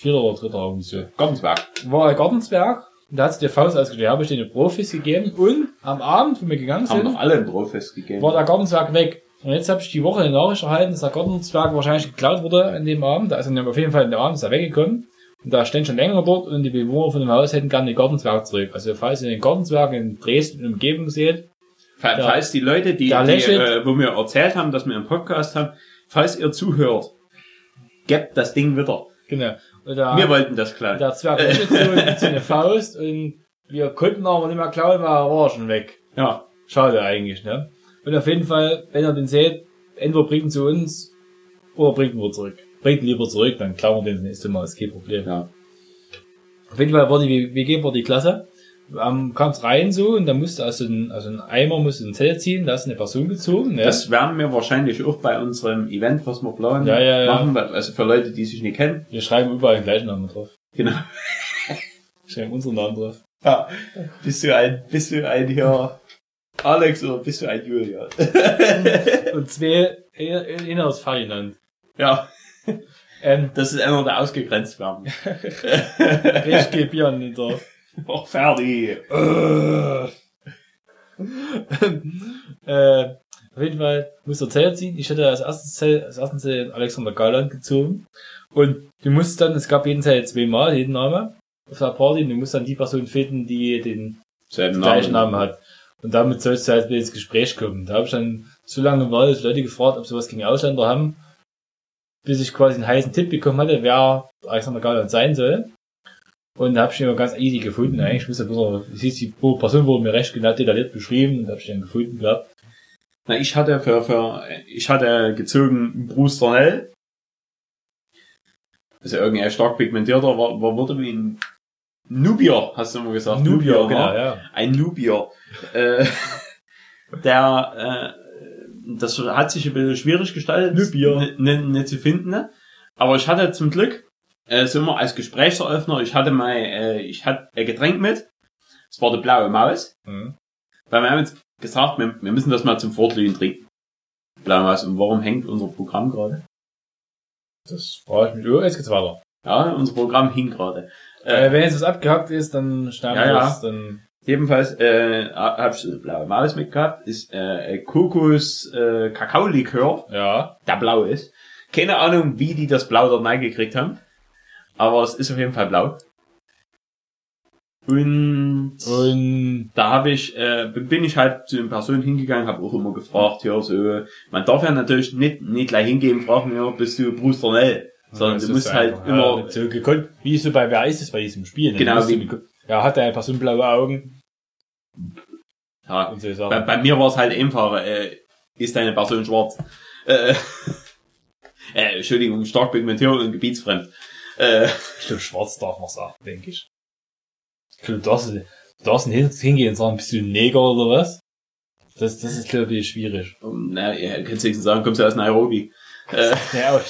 Speaker 2: vierter oder dritter irgendwie so,
Speaker 1: Gartensberg.
Speaker 2: war ein Gartensberg, und da hat sich der Faust ausgestellt, da habe ich den Profis gegeben, und am Abend, wo wir gegangen
Speaker 1: Haben
Speaker 2: sind,
Speaker 1: doch alle ein Drohfest gegeben.
Speaker 2: war der Gartenzwerg weg. Und jetzt habe ich die Woche eine Nachricht erhalten, dass der Gartenzwerg wahrscheinlich geklaut wurde an dem Abend. Also an dem- auf jeden Fall an dem Abend ist er weggekommen. Und da stehen schon länger dort und die Bewohner von dem Haus hätten gerne den Gartenzwerg zurück. Also falls ihr den Gartenzwerg in Dresden und Umgebung seht,
Speaker 1: Fa-
Speaker 2: Ja.
Speaker 1: Falls die Leute, die, die
Speaker 2: Da lächelt-
Speaker 1: äh, wo wir erzählt haben, dass wir einen Podcast haben, falls ihr zuhört, gebt das Ding wieder.
Speaker 2: genau. Oder
Speaker 1: Wir wollten das klauen.
Speaker 2: der Zwerg ist so, so eine Faust und wir konnten aber nicht mehr klauen, weil er war schon weg.
Speaker 1: Ja,
Speaker 2: Schade eigentlich, ne? Und auf jeden Fall, wenn ihr den seht, entweder bringt ihn zu uns oder bringt ihn wieder zurück. Bringt ihn lieber zurück, dann klauen wir den das nächste Mal, ist kein Problem.
Speaker 1: ja.
Speaker 2: Auf jeden Fall war die WG war die Klasse. Ähm, kam's rein so und dann musste also ein, also ein Eimer musste ein Zettel ziehen, da ist eine Person gezogen. Ne?
Speaker 1: Das werden wir wahrscheinlich auch bei unserem Event, was wir planen,
Speaker 2: Ja, ja, ja.
Speaker 1: machen. weil- Also für Leute, die sich nicht kennen.
Speaker 2: Wir schreiben überall den gleichen Namen drauf.
Speaker 1: Genau.
Speaker 2: Wir Schreiben unseren Namen drauf.
Speaker 1: Ja. Bist du ein, bist du ein hier Alex oder bist du ein Julia?
Speaker 2: Und zwei einer einer aus Ferdinand.
Speaker 1: ja,
Speaker 2: Ähm,
Speaker 1: das ist einer, der ausgegrenzt werden.
Speaker 2: ich gebe Björn nicht drauf.
Speaker 1: Auch Ferdi.
Speaker 2: äh, Ähm, äh, auf jeden Fall musste Zelt ziehen. Ich hatte als erstes Zelt, als ersten Zelt Alexander Gauland gezogen. Und du musst dann, es gab jeden Zelt zweimal, jeden Name, auf der Party, und du musst dann die Person finden, die den
Speaker 1: Selben
Speaker 2: gleichen Namen hat. Und damit sollst du halt wieder ins Gespräch kommen. Da habe ich dann so lange gewartet, Leute gefragt, ob sie was gegen Ausländer haben, bis ich quasi einen heißen Tipp bekommen hatte, wer Alexander Gauland sein soll. Und da habe ich ihn immer ganz easy gefunden. Eigentlich musste bloß noch, es hieß, die pro Person wurde mir recht genau detailliert beschrieben und habe ich dann gefunden gehabt.
Speaker 1: Na, ich hatte für, für ich hatte gezogen Bruce Darnell. Also irgendein stark pigmentierter, war, war wurde wie ein Nubier, hast du immer gesagt.
Speaker 2: Nubier,
Speaker 1: ne?
Speaker 2: genau, ja.
Speaker 1: Ein Nubier. Äh, der, äh, das hat sich ein bisschen schwierig gestaltet,
Speaker 2: Nubier.
Speaker 1: n- n- nicht zu finden. Ne? Aber ich hatte zum Glück, äh, so immer als Gesprächseröffner, ich hatte mein, äh, ich hatte ein Getränk mit. Es war die blaue Maus.
Speaker 2: Mhm.
Speaker 1: Weil wir haben jetzt gesagt, wir, wir müssen das mal zum Fortleben trinken. Bleiben was. Und warum hängt unser Programm gerade?
Speaker 2: Das war ich mit. Oh, jetzt geht's weiter.
Speaker 1: Ja, unser Programm hing gerade. Äh,
Speaker 2: Äh, wenn jetzt was abgehackt ist, dann schneiden
Speaker 1: Ja,
Speaker 2: wir
Speaker 1: ja.
Speaker 2: das. Dann
Speaker 1: jedenfalls äh, habe ich so eine blaue Maus mitgehabt. Ist äh, Kokos äh, Kakaolikör,
Speaker 2: ja.
Speaker 1: der blau ist. Keine Ahnung, wie die das Blau da reingekriegt haben. Aber es ist auf jeden Fall blau. Und,
Speaker 2: Und
Speaker 1: da habe ich, äh, bin ich halt zu den Personen hingegangen, habe auch immer gefragt, ja, so, man darf ja natürlich nicht, nicht gleich hingehen und fragen, ja, bist du Bruce Darnell? Sondern
Speaker 2: Das
Speaker 1: du
Speaker 2: ist
Speaker 1: musst halt
Speaker 2: einfach, ja,
Speaker 1: immer,
Speaker 2: mit so gekonnt, wie so bei Wer ist es bei diesem Spiel? ne?
Speaker 1: Genau,
Speaker 2: Musst du
Speaker 1: wie-
Speaker 2: geko- Ja, hat er einfach so blaue Augen
Speaker 1: ja,
Speaker 2: und so
Speaker 1: bei,
Speaker 2: Sachen.
Speaker 1: bei mir war es halt einfacher, äh, ist deine Person schwarz? Äh, äh, Entschuldigung, stark pigmentiert und gebietsfremd. Äh,
Speaker 2: Ich glaube, schwarz darf man sagen, denke ich. Ich glaube, du darfst, du darfst nicht hin- hingehen und sagen, bist du ein Neger oder was? Das, das ist, glaube ich, schwierig.
Speaker 1: Ähm, na, ja, kannst du nicht sagen, kommst du aus Nairobi? Äh,
Speaker 2: Ja, aber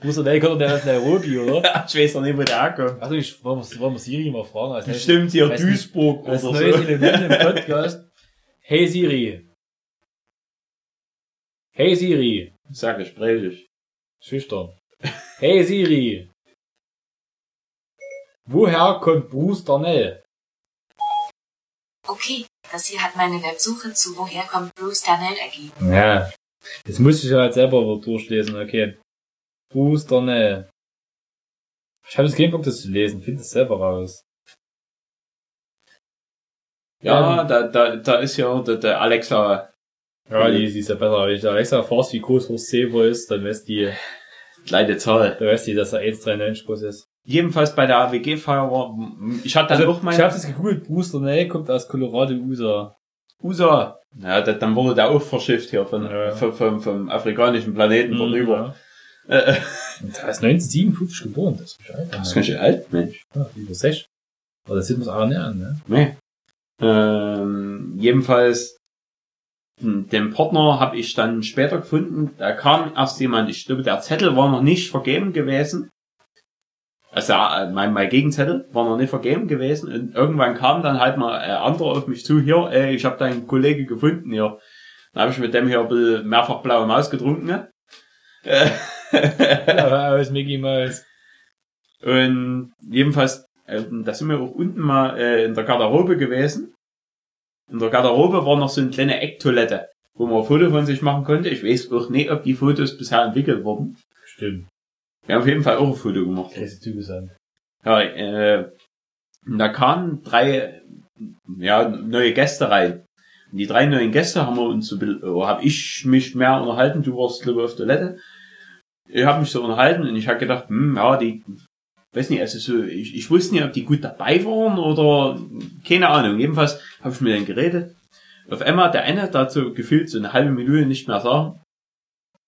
Speaker 2: Bruce O'Neill kommt ja aus Nairobi, oder?
Speaker 1: ich weiß doch nicht, wo der herkommt.
Speaker 2: Also, ich wollen wir, wollen wir Siri mal fragen. Also, Als neues-
Speaker 1: Bestimmt hier
Speaker 2: Weiß nicht.
Speaker 1: Duisburg oder
Speaker 2: als
Speaker 1: so.
Speaker 2: neues Element im Podcast. Hey Siri. Hey Siri.
Speaker 1: Sag ich, Schwäbisch.
Speaker 2: Schüchtern. Hey Siri. Woher kommt Bruce Darnell?
Speaker 3: Okay, das hier hat meine Websuche zu Woher kommt Bruce Darnell ergeben.
Speaker 2: Ja. Jetzt muss ich halt selber durchlesen, okay. Bruce Darnell. Ich habe jetzt keinen Bock, das zu lesen. Find es selber raus.
Speaker 1: Ja,
Speaker 2: Ähm.
Speaker 1: da, da, da ist ja der, der äh, Alexa
Speaker 2: Ja, die, die ist ja besser. Wenn ich da Alexa force, wie groß hoch C wohl ist, dann weiß die,
Speaker 1: leider Zoll.
Speaker 2: dann weiß die, dass er 1,93 groß ist.
Speaker 1: Jedenfalls bei der AWG-Feier war, ich hatte dann
Speaker 2: Also,
Speaker 1: auch meine
Speaker 2: ich habe das gegoogelt. Booster Nell kommt aus Colorado, USA.
Speaker 1: USA. Ja, da, dann wurde der auch verschifft hier von,
Speaker 2: Ja.
Speaker 1: vom, vom, vom afrikanischen Planeten vorüber. Äh, äh,
Speaker 2: Mhm, Und Da ist 1957 geboren. Das ist bescheid.
Speaker 1: das ist ganz schön alt, ne? Mensch.
Speaker 2: Ja, über 6. Aber das sieht man es auch nicht an, ne?
Speaker 1: Nee. Ähm, jedenfalls, hm, den Partner habe ich dann später gefunden. Da kam erst jemand, ich glaube, der Zettel war noch nicht vergeben gewesen. Also äh, mein, mein Gegenzettel war noch nicht vergeben gewesen. Und irgendwann kam dann halt mal ein anderer auf mich zu, hier, ey, ich habe deinen Kollege gefunden hier. Dann habe ich mit dem hier ein bisschen mehrfach blaue Maus getrunken. Ne? Äh,
Speaker 2: Ja, aus Mickey Mouse.
Speaker 1: Und jedenfalls, äh, da sind wir auch unten mal äh, in der Garderobe gewesen. In der Garderobe war noch so eine kleine Ecktoilette, wo man ein Foto von sich machen konnte. Ich weiß auch nicht, ob die Fotos bisher entwickelt wurden.
Speaker 2: Stimmt.
Speaker 1: Wir haben auf jeden Fall auch ein Foto gemacht.
Speaker 2: Das ist typisch an.
Speaker 1: Ja, äh, und da kamen drei ja, neue Gäste rein. Und die drei neuen Gäste haben wir uns so ein bisschen, oh, hab ich mich mehr unterhalten, du warst lieber auf Toilette. Ich habe mich so unterhalten und ich habe gedacht, hm, ja, die, weiß nicht, also so, ich, ich wusste nicht, ob die gut dabei waren oder keine Ahnung. Jedenfalls habe ich mit denen geredet. Auf einmal hat der eine dazu gefühlt so eine halbe Minute nicht mehr sagen.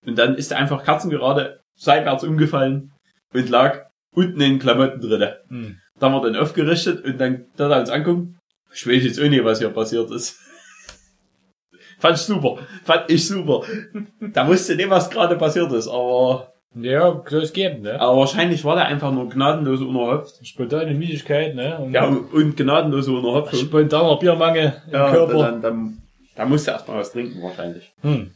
Speaker 1: Und dann ist er einfach kerzengerade seitwärts umgefallen und lag unten in den Klamotten drinne.
Speaker 2: Hm.
Speaker 1: Da haben wir dann aufgerichtet und dann da er uns angucken. Ich weiß jetzt auch nicht, was hier passiert ist. Fand ich super. Fand ich super. Da wusste nicht, was gerade passiert ist, aber,
Speaker 2: Ja, soll geben, ne?
Speaker 1: aber wahrscheinlich war der einfach nur gnadenlos unterhöpft.
Speaker 2: Spontane Müdigkeit, ne? Und
Speaker 1: Ja, und gnadenlose Unterhöpfung.
Speaker 2: Spontaner Biermangel im
Speaker 1: Ja,
Speaker 2: Körper.
Speaker 1: dann, dann, dann musste erstmal was trinken, wahrscheinlich.
Speaker 2: Hm.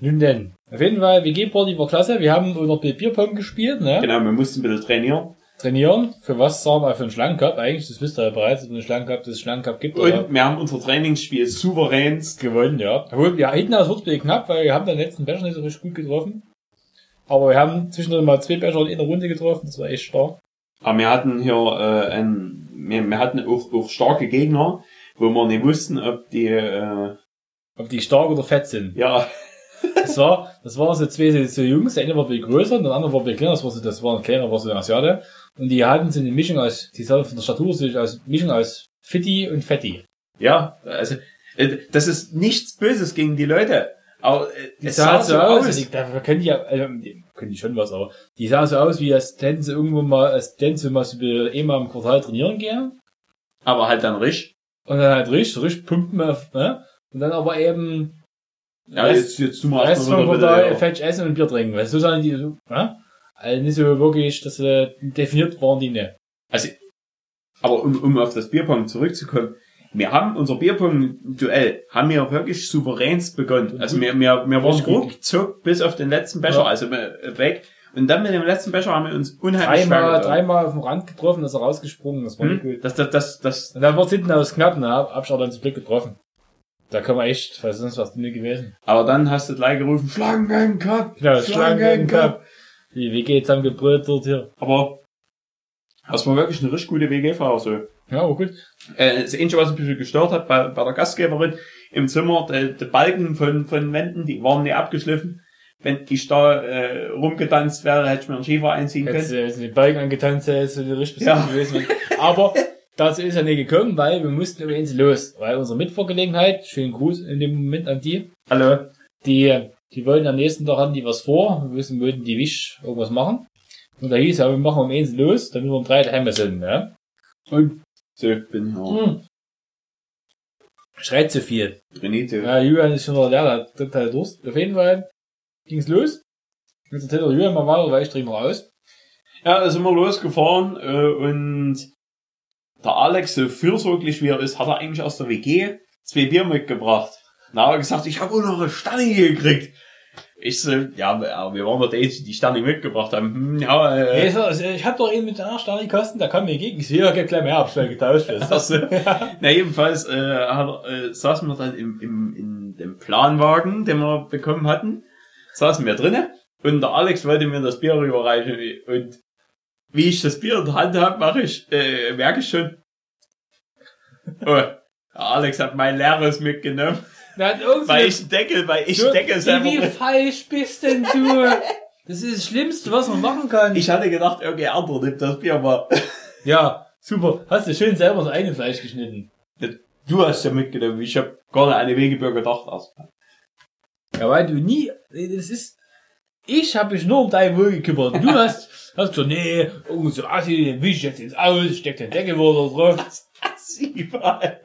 Speaker 2: Nun denn. Auf jeden Fall, WG-Party war klasse. Wir haben noch Bierpong gespielt, ne?
Speaker 1: Genau, wir mussten ein bisschen trainieren.
Speaker 2: Genau. Trainieren. Für was sagen wir für einen Schlangencup? Eigentlich, das wisst ihr ja bereits, ob es einen Schlangencup, das Schlangencup gibt. oder?
Speaker 1: Und wir haben unser Trainingsspiel souveränst.
Speaker 2: gewonnen, ja. Obwohl, ja, hinten aus Wurzbier knapp, weil wir haben den letzten Becher nicht so richtig gut getroffen. Aber wir haben zwischendrin mal zwei Becher in einer Runde getroffen, das war echt stark.
Speaker 1: Aber wir hatten hier äh, ein, wir, wir hatten auch, auch starke Gegner, wo wir nicht wussten, ob die äh,
Speaker 2: Ob die stark oder fett sind.
Speaker 1: ja
Speaker 2: Das war, das waren so zwei so, so Jungs, der eine war viel größer und der andere war viel kleiner, das war so, das war ein kleiner, war so ein Asiate. Und die hatten so eine Mischung aus, die sahen von der Statur so aus, Mischung aus Fitti und Fetti.
Speaker 1: Ja, also äh, das ist nichts Böses gegen die Leute. Aber äh,
Speaker 2: Die sahen so aus, die, da können die ja, also, die können die schon was, aber die sahen so aus, wie als Tänze irgendwo mal, als Tänze mal so eh mal im Quartal trainieren gehen.
Speaker 1: Aber halt dann richtig.
Speaker 2: Und dann halt richtig, richtig pumpen auf, ne? Und dann aber eben
Speaker 1: Ja,
Speaker 2: Rest-
Speaker 1: jetzt, jetzt du mal
Speaker 2: Rest
Speaker 1: erstmal
Speaker 2: vom
Speaker 1: wieder,
Speaker 2: Quartal
Speaker 1: bitte,
Speaker 2: Fetch essen und Bier trinken. Weißt du, so sagen die, so, ne? Also nicht so wirklich, dass äh, definiert waren die nicht.
Speaker 1: ja. Also, Aber um, um auf das Bierpong zurückzukommen, wir haben unser Bierpong-Duell haben wir wirklich souveränst begonnen. Also wir, wir, wir waren
Speaker 2: Richtig gut.
Speaker 1: ruckzuck bis auf den letzten Becher,
Speaker 2: Ja.
Speaker 1: also äh, weg. Und dann mit dem letzten Becher haben wir uns unheimlich
Speaker 2: Dreimal,
Speaker 1: schwer
Speaker 2: dreimal auf den Rand getroffen, ist er rausgesprungen, das war nicht
Speaker 1: getan. Hm?
Speaker 2: gut.
Speaker 1: Das, das, das, das,
Speaker 2: Und dann war es hinten aus knapp, ne? Hab ich auch dann zum Glück getroffen. Da kann man echt, weil sonst was nie gewesen.
Speaker 1: aber dann hast du gleich gerufen, Schlangen Cup,
Speaker 2: Ja, Schlangencup. Die WG zusammengebrüllt dort hier.
Speaker 1: Aber das war wirklich eine richtig gute WG-Frau, so.
Speaker 2: Ja, aber gut.
Speaker 1: also, Äh, das Einzige, was mich ein bisschen gestört hat bei, bei der Gastgeberin im Zimmer, die, die Balken von, von Wänden, die waren nicht abgeschliffen. Wenn ich da äh, rumgetanzt wäre, hätte ich mir einen Schiefer einziehen
Speaker 2: Hättest
Speaker 1: können.
Speaker 2: du jetzt den Balken angetanzt, hättest du dir richtig
Speaker 1: Ja.
Speaker 2: besorgt gewesen. Aber dazu ist ja nicht gekommen, weil wir mussten übrigens los. Weil unsere Mitvorgelegenheit, schönen Gruß in dem Moment an die,
Speaker 1: Hallo.
Speaker 2: die, die wollten am nächsten Tag haben die was vor, wir wissen, wollten die Wisch irgendwas machen. Und da hieß ja, wir machen um eins los, damit wir um drei daheim sind, ne? Und,
Speaker 1: So, ich bin hier.
Speaker 2: hm, schreit zu viel.
Speaker 1: Renite.
Speaker 2: Ja, Julian ist schon noch leer, der hat total Durst. Auf jeden Fall ging's los. Jetzt erzählt der Julian mal weiter, weil ich trinke noch aus.
Speaker 1: Ja, da sind wir losgefahren äh, und der Alex, so fürsorglich wie er ist, hat er eigentlich aus der WG zwei Bier mitgebracht. Na, hat er gesagt, ich habe auch noch eine Stange gekriegt. Ich so, ja, aber wir waren doch die, die Stange mitgebracht haben. Hm, ja, äh,
Speaker 2: Hey, so, also, ich hab doch eben mit der Sterne gekostet, da kam mir entgegen. Ich sehe, da gleich mehr ab, schnell getauscht ist.
Speaker 1: Ach so. Na jedenfalls äh, hat, äh, saßen wir dann im, im, in dem Planwagen, den wir bekommen hatten, saßen wir drinnen und der Alex wollte mir das Bier rüberreichen und wie ich das Bier in der Hand habe, mache ich, äh, merke ich schon. Oh, Alex hat mein leeres mitgenommen,
Speaker 2: Der hat irgendwie
Speaker 1: weil ich einen Deckel, weil ich einen Deckel
Speaker 2: Wie
Speaker 1: selber.
Speaker 2: falsch bist denn du? Das ist das Schlimmste, was man machen kann.
Speaker 1: Ich hatte gedacht, irgendein anderer nimmt das Bier mal.
Speaker 2: ja, super. Hast du schön selber das eigene Fleisch geschnitten.
Speaker 1: Du hast ja mitgenommen, ich habe gar nicht an die Wegebürger gedacht also. erstmal.
Speaker 2: Ja, weil du nie, das ist, ich habe mich nur um dein Wohl gekümmert. Du hast, hast gesagt, nee, irgend so Assi, den wisch ich jetzt ins Aus, ich steck den Deckel wieder drauf.
Speaker 1: Sieh mal.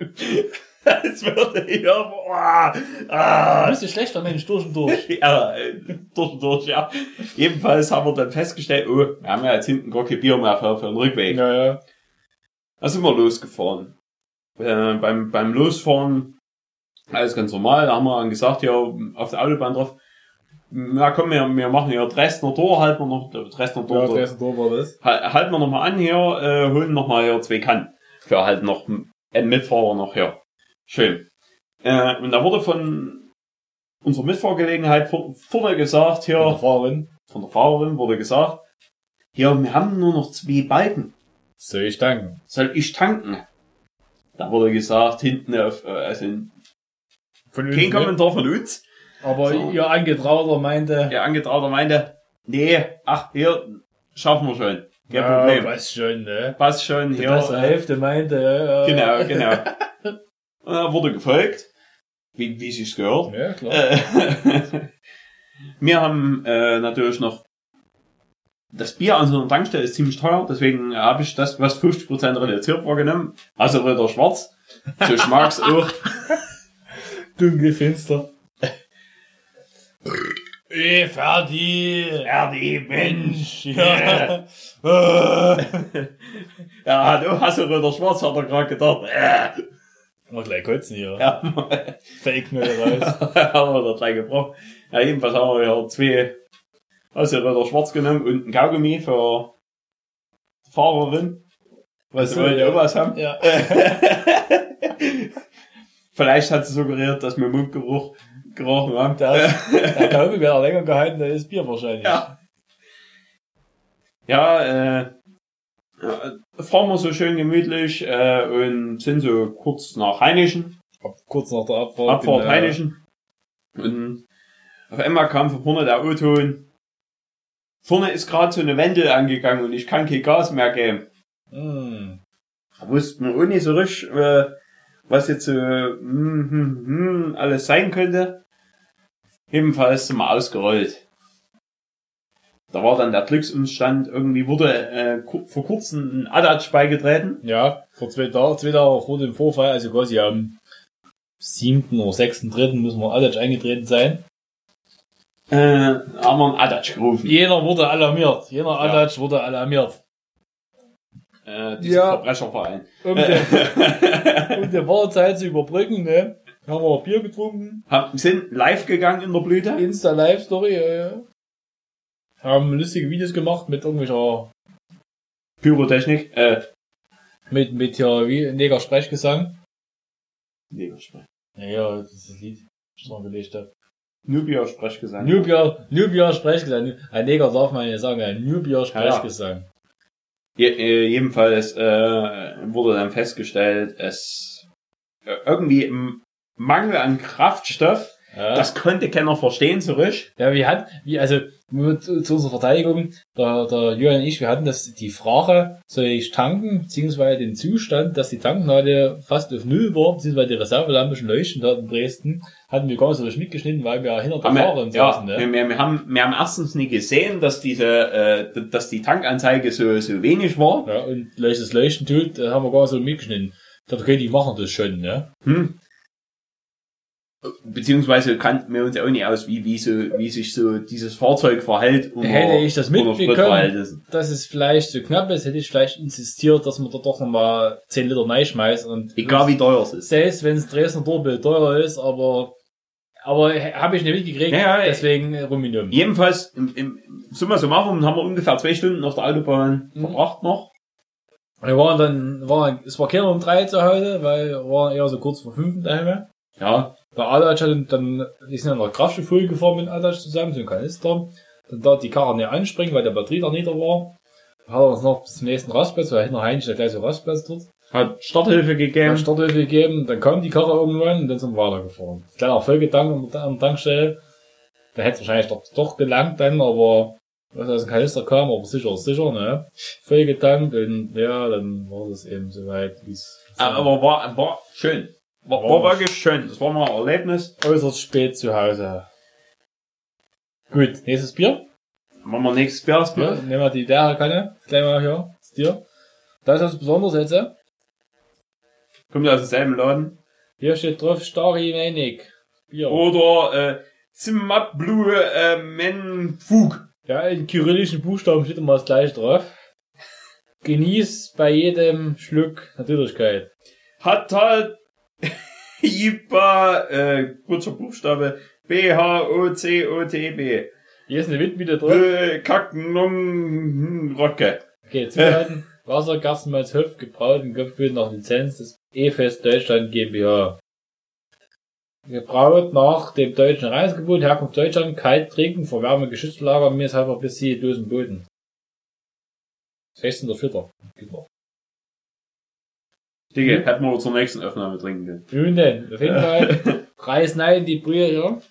Speaker 1: Als würde ich ja, boah, oh, ah,
Speaker 2: Du bist ein schlechter Mensch durch und durch.
Speaker 1: Ja, äh, durch und durch, ja. Jedenfalls haben wir dann festgestellt, oh, wir haben ja jetzt hinten gar kein Bier mehr für, für den Rückweg.
Speaker 2: Naja.
Speaker 1: Da sind wir losgefahren. Äh, beim, beim Losfahren, alles ganz normal, da haben wir dann gesagt, ja, auf der Autobahn drauf, na komm, wir, wir machen ja Dresdner Tor, halten wir noch, Dresdner Tor, Tor.
Speaker 2: Tor war das.
Speaker 1: Hal- halten wir nochmal an hier, äh, holen nochmal hier zwei Kannen. Für halt noch einen Mitfahrer noch hier. Schön. Äh, und da wurde von unserer Mitfahrgelegenheit vor- vorne gesagt, hier,
Speaker 2: Ja. Fahrerin.
Speaker 1: von der Fahrerin wurde gesagt, ja, wir haben nur noch zwei Balken.
Speaker 2: Soll ich danken?
Speaker 1: Soll ich tanken? Da wurde gesagt, hinten auf, äh, also
Speaker 2: Von
Speaker 1: kein
Speaker 2: ne?
Speaker 1: Kommentar von uns.
Speaker 2: Aber
Speaker 1: So.
Speaker 2: ihr Angetrauter meinte,
Speaker 1: Der Angetrauter meinte, nee, ach, hier, schaffen wir schon. Kein
Speaker 2: ja,
Speaker 1: Problem.
Speaker 2: weiß schon, ne?
Speaker 1: Passt schon,
Speaker 2: Die
Speaker 1: hier. äh,
Speaker 2: bessere Hälfte meinte, ja, ja.
Speaker 1: Genau, genau. Und er wurde gefolgt, wie, wie sich's gehört.
Speaker 2: Ja, klar.
Speaker 1: Äh, Wir haben äh, natürlich noch das Bier an so einer Tankstelle ist ziemlich teuer, deswegen habe ich das, was 50% reduziert war, genommen. Also Ritter Schwarz. So ich mag's auch.
Speaker 2: Dunkel, finster.
Speaker 1: Äh,
Speaker 2: Eh, fertig!
Speaker 1: RD,
Speaker 2: Mensch!
Speaker 1: Ja.
Speaker 2: Ja. Äh.
Speaker 1: Ja, du hast Ritter Schwarz, hat er gerade gedacht. Äh,
Speaker 2: Mal gleich kotzen hier.
Speaker 1: ja, mal.
Speaker 2: Fake Müll raus.
Speaker 1: haben wir da gleich gebraucht. Ja, jedenfalls haben wir ja zwei, also Ritter Schwarz genommen und ein Kaugummi für die Fahrerin.
Speaker 2: Was
Speaker 1: Sie wollen ja auch was haben.
Speaker 2: Ja.
Speaker 1: Vielleicht hat sie suggeriert, dass wir Mundgeruch gerochen haben.
Speaker 2: Das, der Kaugummi wäre länger gehalten als das Bier wahrscheinlich.
Speaker 1: ja. Ja, äh, ja, fahren wir so schön gemütlich äh, und sind so kurz nach Heinichen,
Speaker 2: Ab, kurz nach der Abfahrt.
Speaker 1: Abfahrt
Speaker 2: bin, äh,
Speaker 1: Heinichen. Und auf einmal kam von vorne der O-Ton. Vorne ist gerade so eine Wendel angegangen und ich kann kein Gas mehr geben.
Speaker 2: mh.
Speaker 1: wussten wir auch nicht so richtig, äh, was jetzt äh, hm, hm, hm, alles sein könnte. Jedenfalls sind wir ausgerollt. Da war dann der Glücksumstand, irgendwie wurde äh, ku- vor kurzem ein Adatsch beigetreten.
Speaker 2: Ja, vor zwei Tagen, zwei Tagen vor dem Vorfall, also quasi am 7. oder 6.3. müssen wir alle eingetreten sein.
Speaker 1: Äh, haben wir einen Adatsch gerufen.
Speaker 2: Jeder wurde alarmiert. Jeder Adatsch wurde alarmiert.
Speaker 1: Äh, diesen
Speaker 2: Ja.
Speaker 1: Verbrecherverein. Äh,
Speaker 2: Um die, um die Wartezeit zu überbrücken, ne? Haben wir Bier getrunken.
Speaker 1: Haben, Äh, sind live gegangen in der Blüte.
Speaker 2: Insta-Live-Story, ja, ja. Haben lustige Videos gemacht mit irgendwelcher,
Speaker 1: Pyrotechnik. Äh,
Speaker 2: mit, mit hier, wie, Neger Sprechgesang.
Speaker 1: nee,
Speaker 2: Naja, das ist das Lied. Ich noch gelegt hab.
Speaker 1: Nubia Sprechgesang.
Speaker 2: Nubia, Nubia Sprechgesang. Ein Neger darf man ja sagen, ein Nubia
Speaker 1: Ja, ja.
Speaker 2: Sprechgesang.
Speaker 1: Je, äh, jedenfalls äh, wurde dann festgestellt, es äh, irgendwie im Mangel an Kraftstoff, äh,
Speaker 2: Ja.
Speaker 1: das konnte keiner verstehen, so richtig.
Speaker 2: Ja, wir hatten, wie, also nur zu, zu unserer Verteidigung, der, der Jürgen und ich, wir hatten das, die Frage, soll ich tanken, beziehungsweise den Zustand, dass die Tanknadel fast auf Null war, beziehungsweise die Reservelampe schon leuchten dort in Dresden, hatten wir gar nicht so richtig mitgeschnitten, weil wir hinter der
Speaker 1: Haben wir-
Speaker 2: Fahrerin
Speaker 1: ja,
Speaker 2: saßen. Ne?
Speaker 1: wir, wir, wir, haben, wir haben erstens nie gesehen, dass diese, äh, d- dass die Tankanzeige so, so wenig war.
Speaker 2: Ja, und gleich das Leuchten tut, das haben wir gar nicht so mitgeschnitten. Ich dachte, okay, die machen das schon, ne?
Speaker 1: Hm. Beziehungsweise kannten wir uns auch nicht aus, wie, wie, so, wie sich so dieses Fahrzeug verhält. um unter-
Speaker 2: Hätte ich das
Speaker 1: unter
Speaker 2: mitbekommen.
Speaker 1: Spritverhältnissen.
Speaker 2: Dass es vielleicht so knapp ist, hätte ich vielleicht insistiert, dass man da doch nochmal 10 Liter reinschmeißt und
Speaker 1: Egal wie teuer es ist.
Speaker 2: selbst wenn es Dresdner Doppel teurer ist, aber aber habe ich nicht mitgekriegt,
Speaker 1: Ja, ja,
Speaker 2: deswegen äh, Ruminium.
Speaker 1: Jedenfalls, im, im Summa summarum haben wir ungefähr zwei Stunden auf der Autobahn
Speaker 2: Mhm.
Speaker 1: verbracht noch.
Speaker 2: Wir waren dann, waren, es war keiner um drei zu Hause, weil wir waren eher so kurz vor fünf daheim.
Speaker 1: Ja.
Speaker 2: Bei Adatsch hat dann- dann, die sind dann nach Kraftstofffolie gefahren mit Adatsch zusammen, so ein Kanister. Dann da die Karre nicht anspringen, weil der Batterie da nieder war. hat er uns noch bis zum nächsten Rastplatz, weil hinter Heinz der gleiche Rastplatz dort.
Speaker 1: Hat Starthilfe
Speaker 2: Ähm.
Speaker 1: gegeben.
Speaker 2: Starthilfe gegeben, dann kam die Karre irgendwann und dann sind wir weitergefahren. Kleiner Vollgedanke an der an der Tankstelle. Da hätte es wahrscheinlich doch, doch gelangt dann, aber was aus dem Kanister kam, aber sicher ist sicher, ne? Vollgedankt und ja, dann war es eben soweit, wie es
Speaker 1: Aber war, war schön. War, war
Speaker 2: War-
Speaker 1: wirklich schön. Das war mal ein Erlebnis.
Speaker 2: äußerst spät zu Hause. Gut, nächstes Bier.
Speaker 1: Machen wir nächstes ne? Bier.
Speaker 2: Ja,
Speaker 1: Ja.
Speaker 2: nehmen wir die leere Kanne. Gleich mal hier, zu dir. Das ist was Besonderes jetzt. äh.
Speaker 1: Kommt aus demselben Laden.
Speaker 2: Hier steht drauf Stari Wenig. Bier.
Speaker 1: Oder äh, Zimabblue äh, Menfug.
Speaker 2: Ja, in kyrillischen Buchstaben steht immer das gleiche drauf. Genieß bei jedem Schluck Natürlichkeit.
Speaker 1: Hat halt IPA, äh, kurzer Buchstabe, B-H-O-C-O-T-B.
Speaker 2: Hier ist eine Windmühle drauf.
Speaker 1: Äh, Kacken um Rocke.
Speaker 2: Okay, zuhalten. Wasser, Gerstenmalz, Höpf, gebraut und Kopfbild nach Lizenz des E-Fest Deutschland GmbH. Gebraut nach dem deutschen Reisegebot, Herkunft Deutschland, kalt trinken, vor Wärme, Geschützlager, mir ist einfach bis sie losen Boden. Genau. 16.04. Geht noch.
Speaker 1: Digga, hätten wir zur nächsten Aufnahme trinken können.
Speaker 2: Nun denn, auf jeden Fall. Preis nein, die Brühe hier.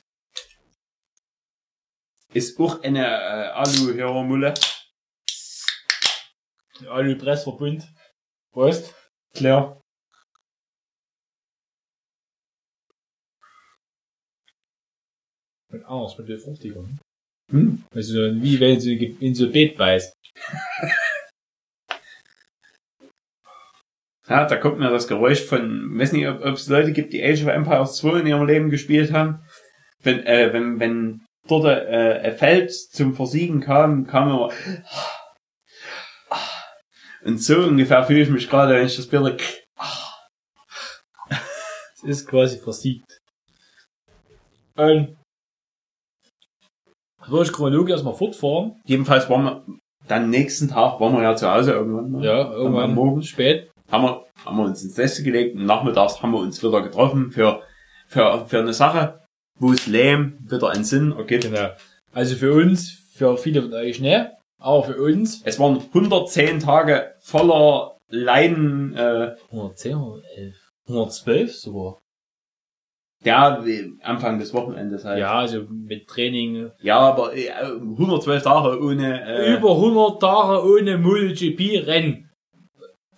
Speaker 1: Ist auch eine äh, Alu-Hörermulle.
Speaker 2: Alupressverbund. Prost. Klar. Mit Arsch, mit der Fruchtigung. ne?
Speaker 1: Hm?
Speaker 2: Also, wie wenn du in so ein Beet beißt.
Speaker 1: Ja, da kommt mir das Geräusch von, weiß nicht, ob ob es Leute gibt, die Age of Empires 2 in ihrem Leben gespielt haben. Wenn, äh, wenn, wenn dort äh, ein Feld zum Versiegen kam, kam immer. Und so ungefähr fühle ich mich gerade, wenn ich das Bild.
Speaker 2: Es ist quasi versiegt. Ähm. Würde ich chronologisch erstmal fortfahren.
Speaker 1: Jedenfalls waren wir, dann nächsten Tag waren wir ja zu Hause irgendwann. Ne?
Speaker 2: Ja, irgendwann
Speaker 1: am Morgen.
Speaker 2: morgen spät.
Speaker 1: Haben wir, haben wir uns ins Nest gelegt und nachmittags haben wir uns wieder getroffen für, für, für eine Sache, wo es Lehm wieder einen Sinn ergibt.
Speaker 2: Genau. Also für uns, für viele von euch, ne? Aber für uns.
Speaker 1: Es waren 110 Tage voller Leiden. Äh,
Speaker 2: 110, 111, 112 sogar.
Speaker 1: ja, Anfang des Wochenendes halt.
Speaker 2: Ja, also mit Training,
Speaker 1: ja aber äh, 112 Tage ohne. Äh,
Speaker 2: über 100 Tage ohne MotoGP-Rennen.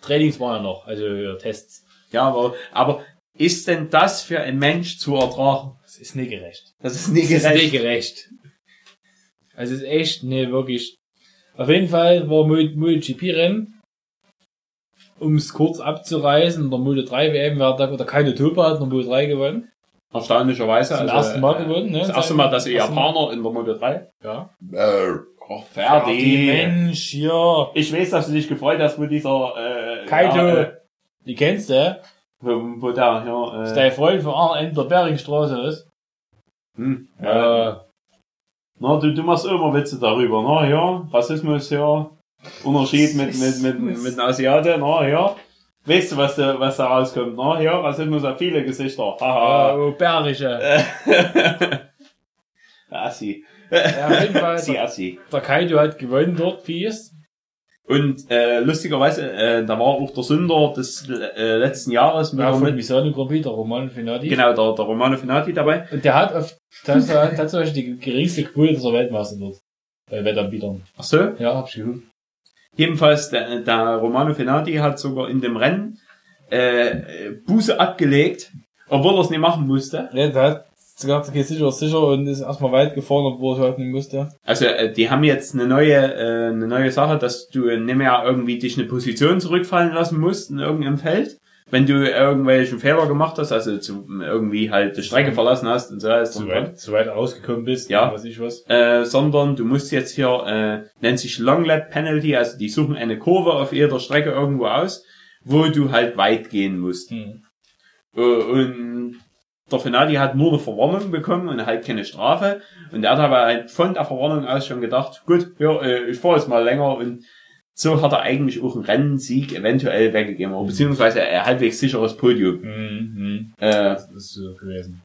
Speaker 2: Trainings waren ja noch, also äh, Tests.
Speaker 1: Ja, aber, aber ist denn das für ein Mensch zu ertragen?
Speaker 2: Das ist nicht gerecht.
Speaker 1: Das ist nicht
Speaker 2: Das ist nicht
Speaker 1: gerecht.
Speaker 2: gerecht. Also es ist echt, nee, wirklich. Auf jeden Fall war Mo- MotoGP-Rennen. Um es kurz abzureißen, in der Moto 3 WM wer da oder keine Topa hat in der Moto 3 gewonnen.
Speaker 1: Erstaunlicherweise. also, äh,
Speaker 2: Das erste Mal gewonnen, ne?
Speaker 1: Das erste Mal, dass ihr
Speaker 2: Erste Mal.
Speaker 1: Japaner in der Moto 3.
Speaker 2: Ja.
Speaker 1: Oh, fertig.
Speaker 2: Mensch, ja.
Speaker 1: Ich weiß, dass du dich gefreut hast mit dieser. Äh,
Speaker 2: Kaido.
Speaker 1: Ja, äh,
Speaker 2: Die kennst du,
Speaker 1: wo, wo der, ja,
Speaker 2: das
Speaker 1: äh,
Speaker 2: ist dein Freund von Arnhem der Beringstraße ist.
Speaker 1: hm,
Speaker 2: Äh,
Speaker 1: ja. Na, du, du machst immer Witze darüber, na ja, Rassismus, ja, Unterschied mit, mit, mit, mit den Asiaten, na ja. Weißt du, was da, was da rauskommt, na ja, Rassismus hat viele Gesichter, haha.
Speaker 2: Äh, Bärische.
Speaker 1: Assi.
Speaker 2: Ja, auf jeden Fall.
Speaker 1: Assi, Assi.
Speaker 2: Der Kaido hat gewonnen dort, fies.
Speaker 1: Und äh, lustigerweise, äh, da war auch der Sünder des äh, letzten Jahres mit,
Speaker 2: Ja, von
Speaker 1: mit
Speaker 2: Misano Grombi, der Roman Finati.
Speaker 1: genau, der, der Romano Finati dabei.
Speaker 2: Und der hat auf, das hat hat zum Beispiel die geringste Quote dieser Weltmeister dort. Bei Wettanbietern.
Speaker 1: Ach so.
Speaker 2: Ja, hab ich gehört.
Speaker 1: Jedenfalls, der, der Romano Fenati hat sogar in dem Rennen äh, äh, Buße abgelegt, obwohl er es nicht machen musste.
Speaker 2: Ja, der hat gesagt, okay, sicher ist sicher und ist erstmal weit gefahren, obwohl ich halt nicht musste.
Speaker 1: Also äh, die haben jetzt eine neue, äh, eine neue Sache, dass du nicht mehr irgendwie dich eine Position zurückfallen lassen musst in irgendeinem Feld. Wenn du irgendwelchen Fehler gemacht hast, also zu, irgendwie halt die Strecke verlassen hast und so ist
Speaker 2: Mhm. Zu weit, zu weit ausgekommen bist.
Speaker 1: Ja.
Speaker 2: Was ich was.
Speaker 1: äh, sondern du musst jetzt hier, äh, nennt sich Long Lap Penalty, also die suchen eine Kurve auf jeder Strecke irgendwo aus, wo du halt weit gehen musst.
Speaker 2: Hm.
Speaker 1: Äh, Und der Finati hat nur eine Verwarnung bekommen und halt keine Strafe. Und er hat aber halt von der Verwarnung aus schon gedacht, gut, ja, äh, ich fahre jetzt mal länger. Und so hat er eigentlich auch einen Rennsieg eventuell weggegeben, oder beziehungsweise ein halbwegs sicheres Podium.
Speaker 2: Hm, hm.
Speaker 1: Äh,
Speaker 2: Das ist so gewesen.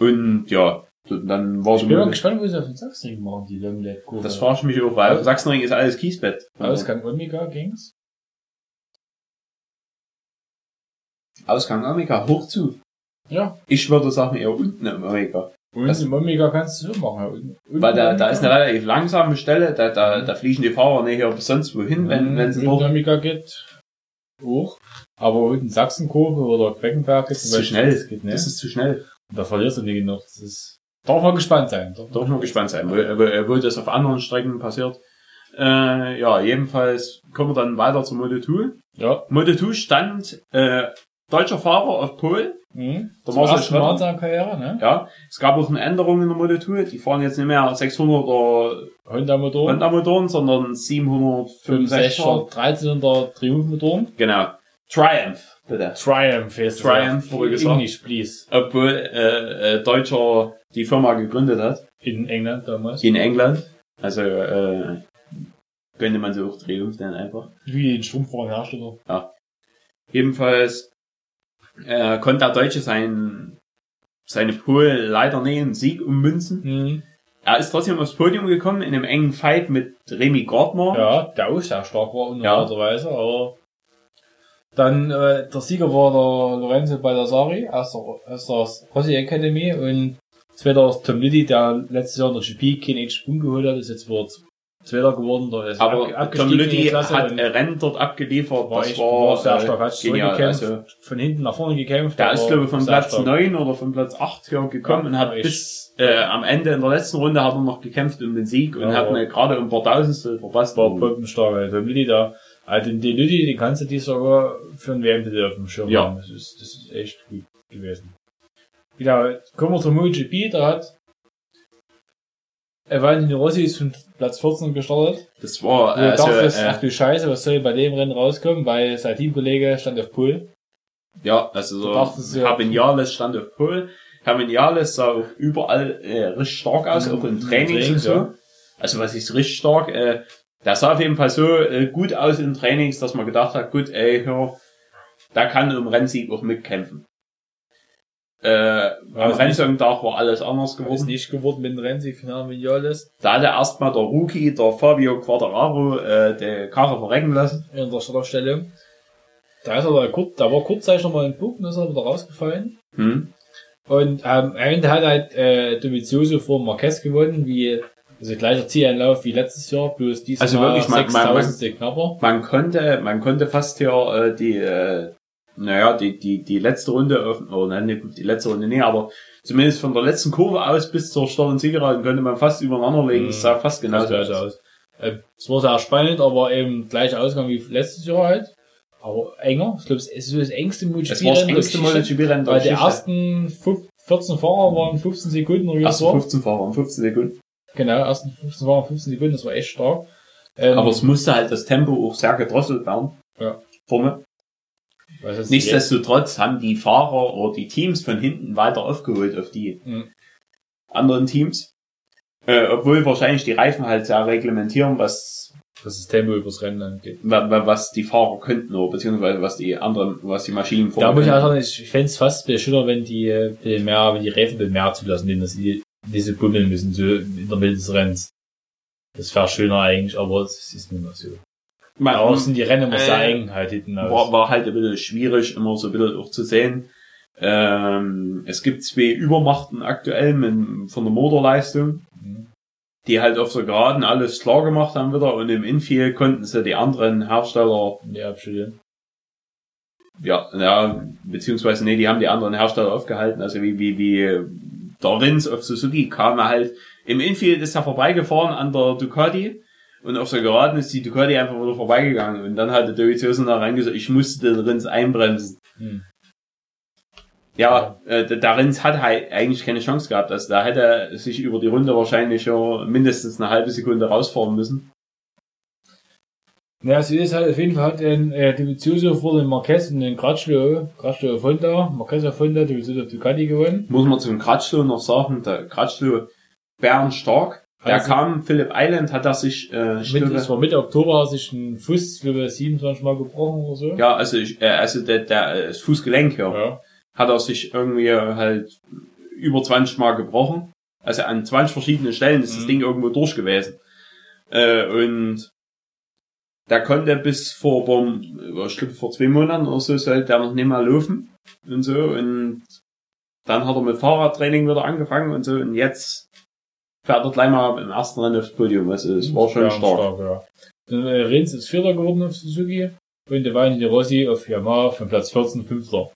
Speaker 1: und ja,
Speaker 4: Dann war so
Speaker 2: Ich bin mal
Speaker 4: möglich.
Speaker 2: gespannt, wo sie auf den Sachsenring machen, die Longleg-Kurve.
Speaker 1: Das frage ich mich auch, weil auf dem Sachsenring ist alles Kiesbett.
Speaker 2: Ausgang Omega ging's.
Speaker 4: Ausgang Amerika, hoch zu.
Speaker 2: Ja.
Speaker 4: Ich würde sagen, eher unten im Amerika.
Speaker 2: Und
Speaker 4: Das-
Speaker 2: im Omega kannst du so machen. ja. Unten- unten
Speaker 4: Weil da, da
Speaker 2: Omega.
Speaker 4: ist eine relativ langsame Stelle, da, da, da fliegen die Fahrer nicht hier bis sonst wohin, wenn, wenn sie
Speaker 2: Unten
Speaker 4: hoch.
Speaker 2: Omega geht. Hoch. Aber unten Sachsenkurve oder Queckenberg
Speaker 4: Das ist zu schnell.
Speaker 2: Das geht, ne?
Speaker 4: Das ist zu schnell.
Speaker 2: da verlierst du die genug. Das ist, darf man gespannt sein. Darf
Speaker 1: Darf man gespannt sein, wo, wo, wo das auf anderen Strecken passiert. Äh, ja, jedenfalls kommen wir dann weiter zur Moto2.
Speaker 2: Ja.
Speaker 1: Moto2 stand äh, deutscher Fahrer auf Pole.
Speaker 2: Mhm.
Speaker 1: Da
Speaker 2: Zum
Speaker 1: war's
Speaker 2: ersten
Speaker 1: ja
Speaker 2: Mal in
Speaker 1: Schredder.
Speaker 2: seiner Karriere, ne?
Speaker 1: Ja, es gab auch eine Änderung in der Moto2. Die fahren jetzt nicht mehr 600er
Speaker 2: Honda-Motor.
Speaker 1: Honda-Motoren, sondern 765er.
Speaker 2: 65er, 13er Triumph-Motoren.
Speaker 1: Genau. Triumph, bitte.
Speaker 2: Triumph heißt
Speaker 1: Triumph, wurde
Speaker 2: wurde
Speaker 1: gesagt.
Speaker 2: English, please.
Speaker 1: Obwohl äh, äh, Deutscher die Firma gegründet hat,
Speaker 2: In England damals.
Speaker 1: in England. Also äh, könnte man so auch Triumph nennen einfach.
Speaker 2: Wie den Strumpfwarenhersteller.
Speaker 1: Jedenfalls äh, konnte der Deutsche sein, seine Pole leider nicht in Sieg ummünzen.
Speaker 4: Hm.
Speaker 2: Mhm.
Speaker 1: Er ist trotzdem aufs Podium gekommen in einem engen Fight mit Remy Gardner.
Speaker 2: Ja, der auch sehr stark war,
Speaker 1: Ja.
Speaker 2: unerwarteterweise, aber dann, äh, der Sieger war der Lorenzo Baldassari aus der, aus der Rossi Academy und zweiter ist Tom Liddy, der letztes Jahr in der GP keinen echten Sprung geholt hat, ist jetzt wieder zweiter geworden. Der ist
Speaker 1: Aber
Speaker 2: ab- abgestiegen
Speaker 1: Tom
Speaker 2: in die
Speaker 1: Lütti
Speaker 2: Klasse
Speaker 1: hat
Speaker 2: und
Speaker 1: ein Rennen dort abgeliefert.
Speaker 2: war
Speaker 1: das
Speaker 2: echt
Speaker 1: war,
Speaker 2: war sehr
Speaker 1: äh,
Speaker 2: stark, hat sich
Speaker 1: genial.
Speaker 2: zurückgekämpft,
Speaker 1: Also,
Speaker 2: von hinten nach vorne gekämpft.
Speaker 1: der
Speaker 2: aber
Speaker 1: ist, glaube ich, von
Speaker 2: sehr
Speaker 1: Platz
Speaker 2: stark.
Speaker 1: 9 oder von Platz 8 hier gekommen
Speaker 2: Ja,
Speaker 1: und hat
Speaker 2: war echt-
Speaker 1: bis äh, am Ende in der letzten Runde hat er noch gekämpft um den Sieg und
Speaker 2: Ja,
Speaker 1: hat
Speaker 2: war-
Speaker 1: eine gerade um ein paar Tausendstel verpasst.
Speaker 2: war bombenstark. Also der Lüdi da, also den Lüdi, den kannst du die sogar für einen WM-Titel auf dem Schirm
Speaker 1: Ja.
Speaker 2: haben. Das ist, das ist echt gut gewesen. Genau, kommen wir zum MotoGP, da hat Valentino Rossi ist von Platz 14 gestartet.
Speaker 1: Das war
Speaker 2: Wo du
Speaker 1: also,
Speaker 2: dachtest,
Speaker 1: äh,
Speaker 2: ach du Scheiße, was soll bei dem Rennen rauskommen, weil sein Teamkollege stand auf Pole.
Speaker 1: Ja, also
Speaker 2: Du dachtest,
Speaker 1: so,
Speaker 2: ja.
Speaker 1: Habinjales stand auf Pole. Habinjales sah auch überall äh, richtig stark aus, auch in
Speaker 2: Mhm,
Speaker 1: Trainings und
Speaker 2: Trainings,
Speaker 1: so.
Speaker 2: ja.
Speaker 1: Also was ist richtig stark, äh, der sah auf jeden Fall so äh, gut aus in Trainings, dass man gedacht hat, gut, ey, hör, da kann um Rennsieg auch mitkämpfen. Äh, am
Speaker 2: ist nicht-
Speaker 1: Rennsonntag war alles anders
Speaker 2: Ist
Speaker 1: geworden.
Speaker 2: nicht geworden mit dem Rennsieg von Arminiales
Speaker 1: Da hatte erstmal der Rookie, der Fabio Quadraro, äh, die Karre verrecken lassen.
Speaker 2: in der Startaufstellung. Da ist aber kurz, da war kurzzeitig nochmal ein Bug, und ist er wieder rausgefallen.
Speaker 1: Hm.
Speaker 2: Und ähm, am Ende hat halt äh, Dovizioso vor Marquez gewonnen, wie also gleicher Zielanlauf wie letztes Jahr, bloß dieses
Speaker 1: Also
Speaker 2: Mal
Speaker 1: wirklich, man- man-
Speaker 2: 6000 knapper.
Speaker 1: man konnte, man konnte fast hier äh, die, äh, naja, die, die, die letzte Runde öffnen, oh nein, nee, gut, die letzte Runde nee, aber zumindest von der letzten Kurve aus bis zur Start- und Siegerraten konnte man fast übereinander legen,
Speaker 2: Mhm.
Speaker 1: es sah fast
Speaker 2: Genau
Speaker 1: genauso
Speaker 2: so
Speaker 1: aus.
Speaker 2: aus. Ähm, Es war sehr spannend, aber eben gleicher Ausgang wie letztes Jahr halt. Aber enger. Ich glaube, es ist so das engste
Speaker 1: Es war das
Speaker 2: MotoGP-Rennen der Geschichte.
Speaker 1: engste MotoGP-Rennen der
Speaker 2: Weil die
Speaker 1: Geschichte.
Speaker 2: ersten fünf- 14 Fahrer waren 15 Sekunden oder wie das
Speaker 1: Ersten
Speaker 2: war.
Speaker 1: 15 Fahrer in 15 Sekunden.
Speaker 2: Genau, ersten 15 Fahrer 15 Sekunden, das war echt stark. Ähm,
Speaker 1: Aber es musste halt das Tempo auch sehr gedrosselt werden.
Speaker 2: Ja.
Speaker 1: Vorne.
Speaker 2: was ist jetzt?
Speaker 1: Nichtsdestotrotz haben die Fahrer oder die Teams von hinten weiter aufgeholt auf die
Speaker 2: Mhm.
Speaker 1: anderen Teams. Äh, obwohl wahrscheinlich die Reifen halt sehr reglementieren, was
Speaker 2: was das Tempo übers Rennen angeht.
Speaker 1: wa- wa- was die Fahrer könnten, oder beziehungsweise was die anderen, was die Maschinen
Speaker 2: Da muss ich auch
Speaker 1: können.
Speaker 2: sagen, ich fänd's fast viel schöner, wenn die, äh, viel mehr, wenn die Reifen viel mehr zulassen, denn dass die diese bummeln müssen, so in der Mitte des Rennens. Das wäre schöner eigentlich, aber es ist nicht mehr so.
Speaker 1: Man-
Speaker 2: Draußen die Rennen muss
Speaker 1: äh,
Speaker 2: der Eigenheit hinten
Speaker 1: war,
Speaker 2: aus.
Speaker 1: war halt ein bisschen schwierig, immer so ein bisschen auch zu sehen. Ähm, es gibt zwei Übermachten aktuell mit, von der Motorleistung,
Speaker 2: Mhm.
Speaker 1: die halt auf der Geraden alles klar gemacht haben wieder und im Infield konnten sie die anderen Hersteller,
Speaker 2: Die Abschnitte.
Speaker 1: ja, ja, beziehungsweise nee, die haben die anderen Hersteller aufgehalten, also wie, wie, wie der Rins auf Suzuki kam er halt, im Infield ist er vorbeigefahren an der Ducati und auf der Geraden ist die Ducati einfach wieder vorbeigegangen und dann hat der Dovizioso da reingesagt, ich musste den Rins einbremsen.
Speaker 2: Hm.
Speaker 1: Ja, äh, der- der Rins hat halt eigentlich keine Chance gehabt, also da hätte er sich über die Runde wahrscheinlich ja mindestens eine halbe Sekunde rausfahren müssen.
Speaker 2: Ja, es ist halt, auf jeden Fall hat den, äh, Divizioso vor dem Marquez und den Gratschlo, Gratschlo auf Honda, Marquez auf Honda, Divizioso auf Ducati gewonnen.
Speaker 1: Muss man zum Kratschlo noch sagen, der Kratschlo bärenstark, der
Speaker 2: Also-
Speaker 1: kam, Philipp Island hat er sich, äh, ich
Speaker 2: Mitte,
Speaker 1: glaube-
Speaker 2: es war Mitte Oktober, hat sich ein Fuß, glaube ich, 27 Mal gebrochen oder so.
Speaker 1: ja, also ich, äh, also der, der, äh, das Fußgelenk, ja.
Speaker 2: ja.
Speaker 1: hat er sich irgendwie halt über 20 Mal gebrochen. Also an 20 verschiedenen Stellen ist das
Speaker 2: Mhm.
Speaker 1: Ding irgendwo durch gewesen. Äh, und da konnte bis vor, vor, ich glaube, vor zwei Monaten oder so, sollte der noch nicht mal laufen und so. Und dann hat er mit Fahrradtraining wieder angefangen und so. Und jetzt fährt er gleich mal im ersten Rennen aufs Podium. Also es war schon
Speaker 2: Ja,
Speaker 1: stark.
Speaker 2: ja. Dann, äh, Rins ist Vierter geworden auf Suzuki und der Wein Rossi auf Yamaha von Platz 14 Fünfter.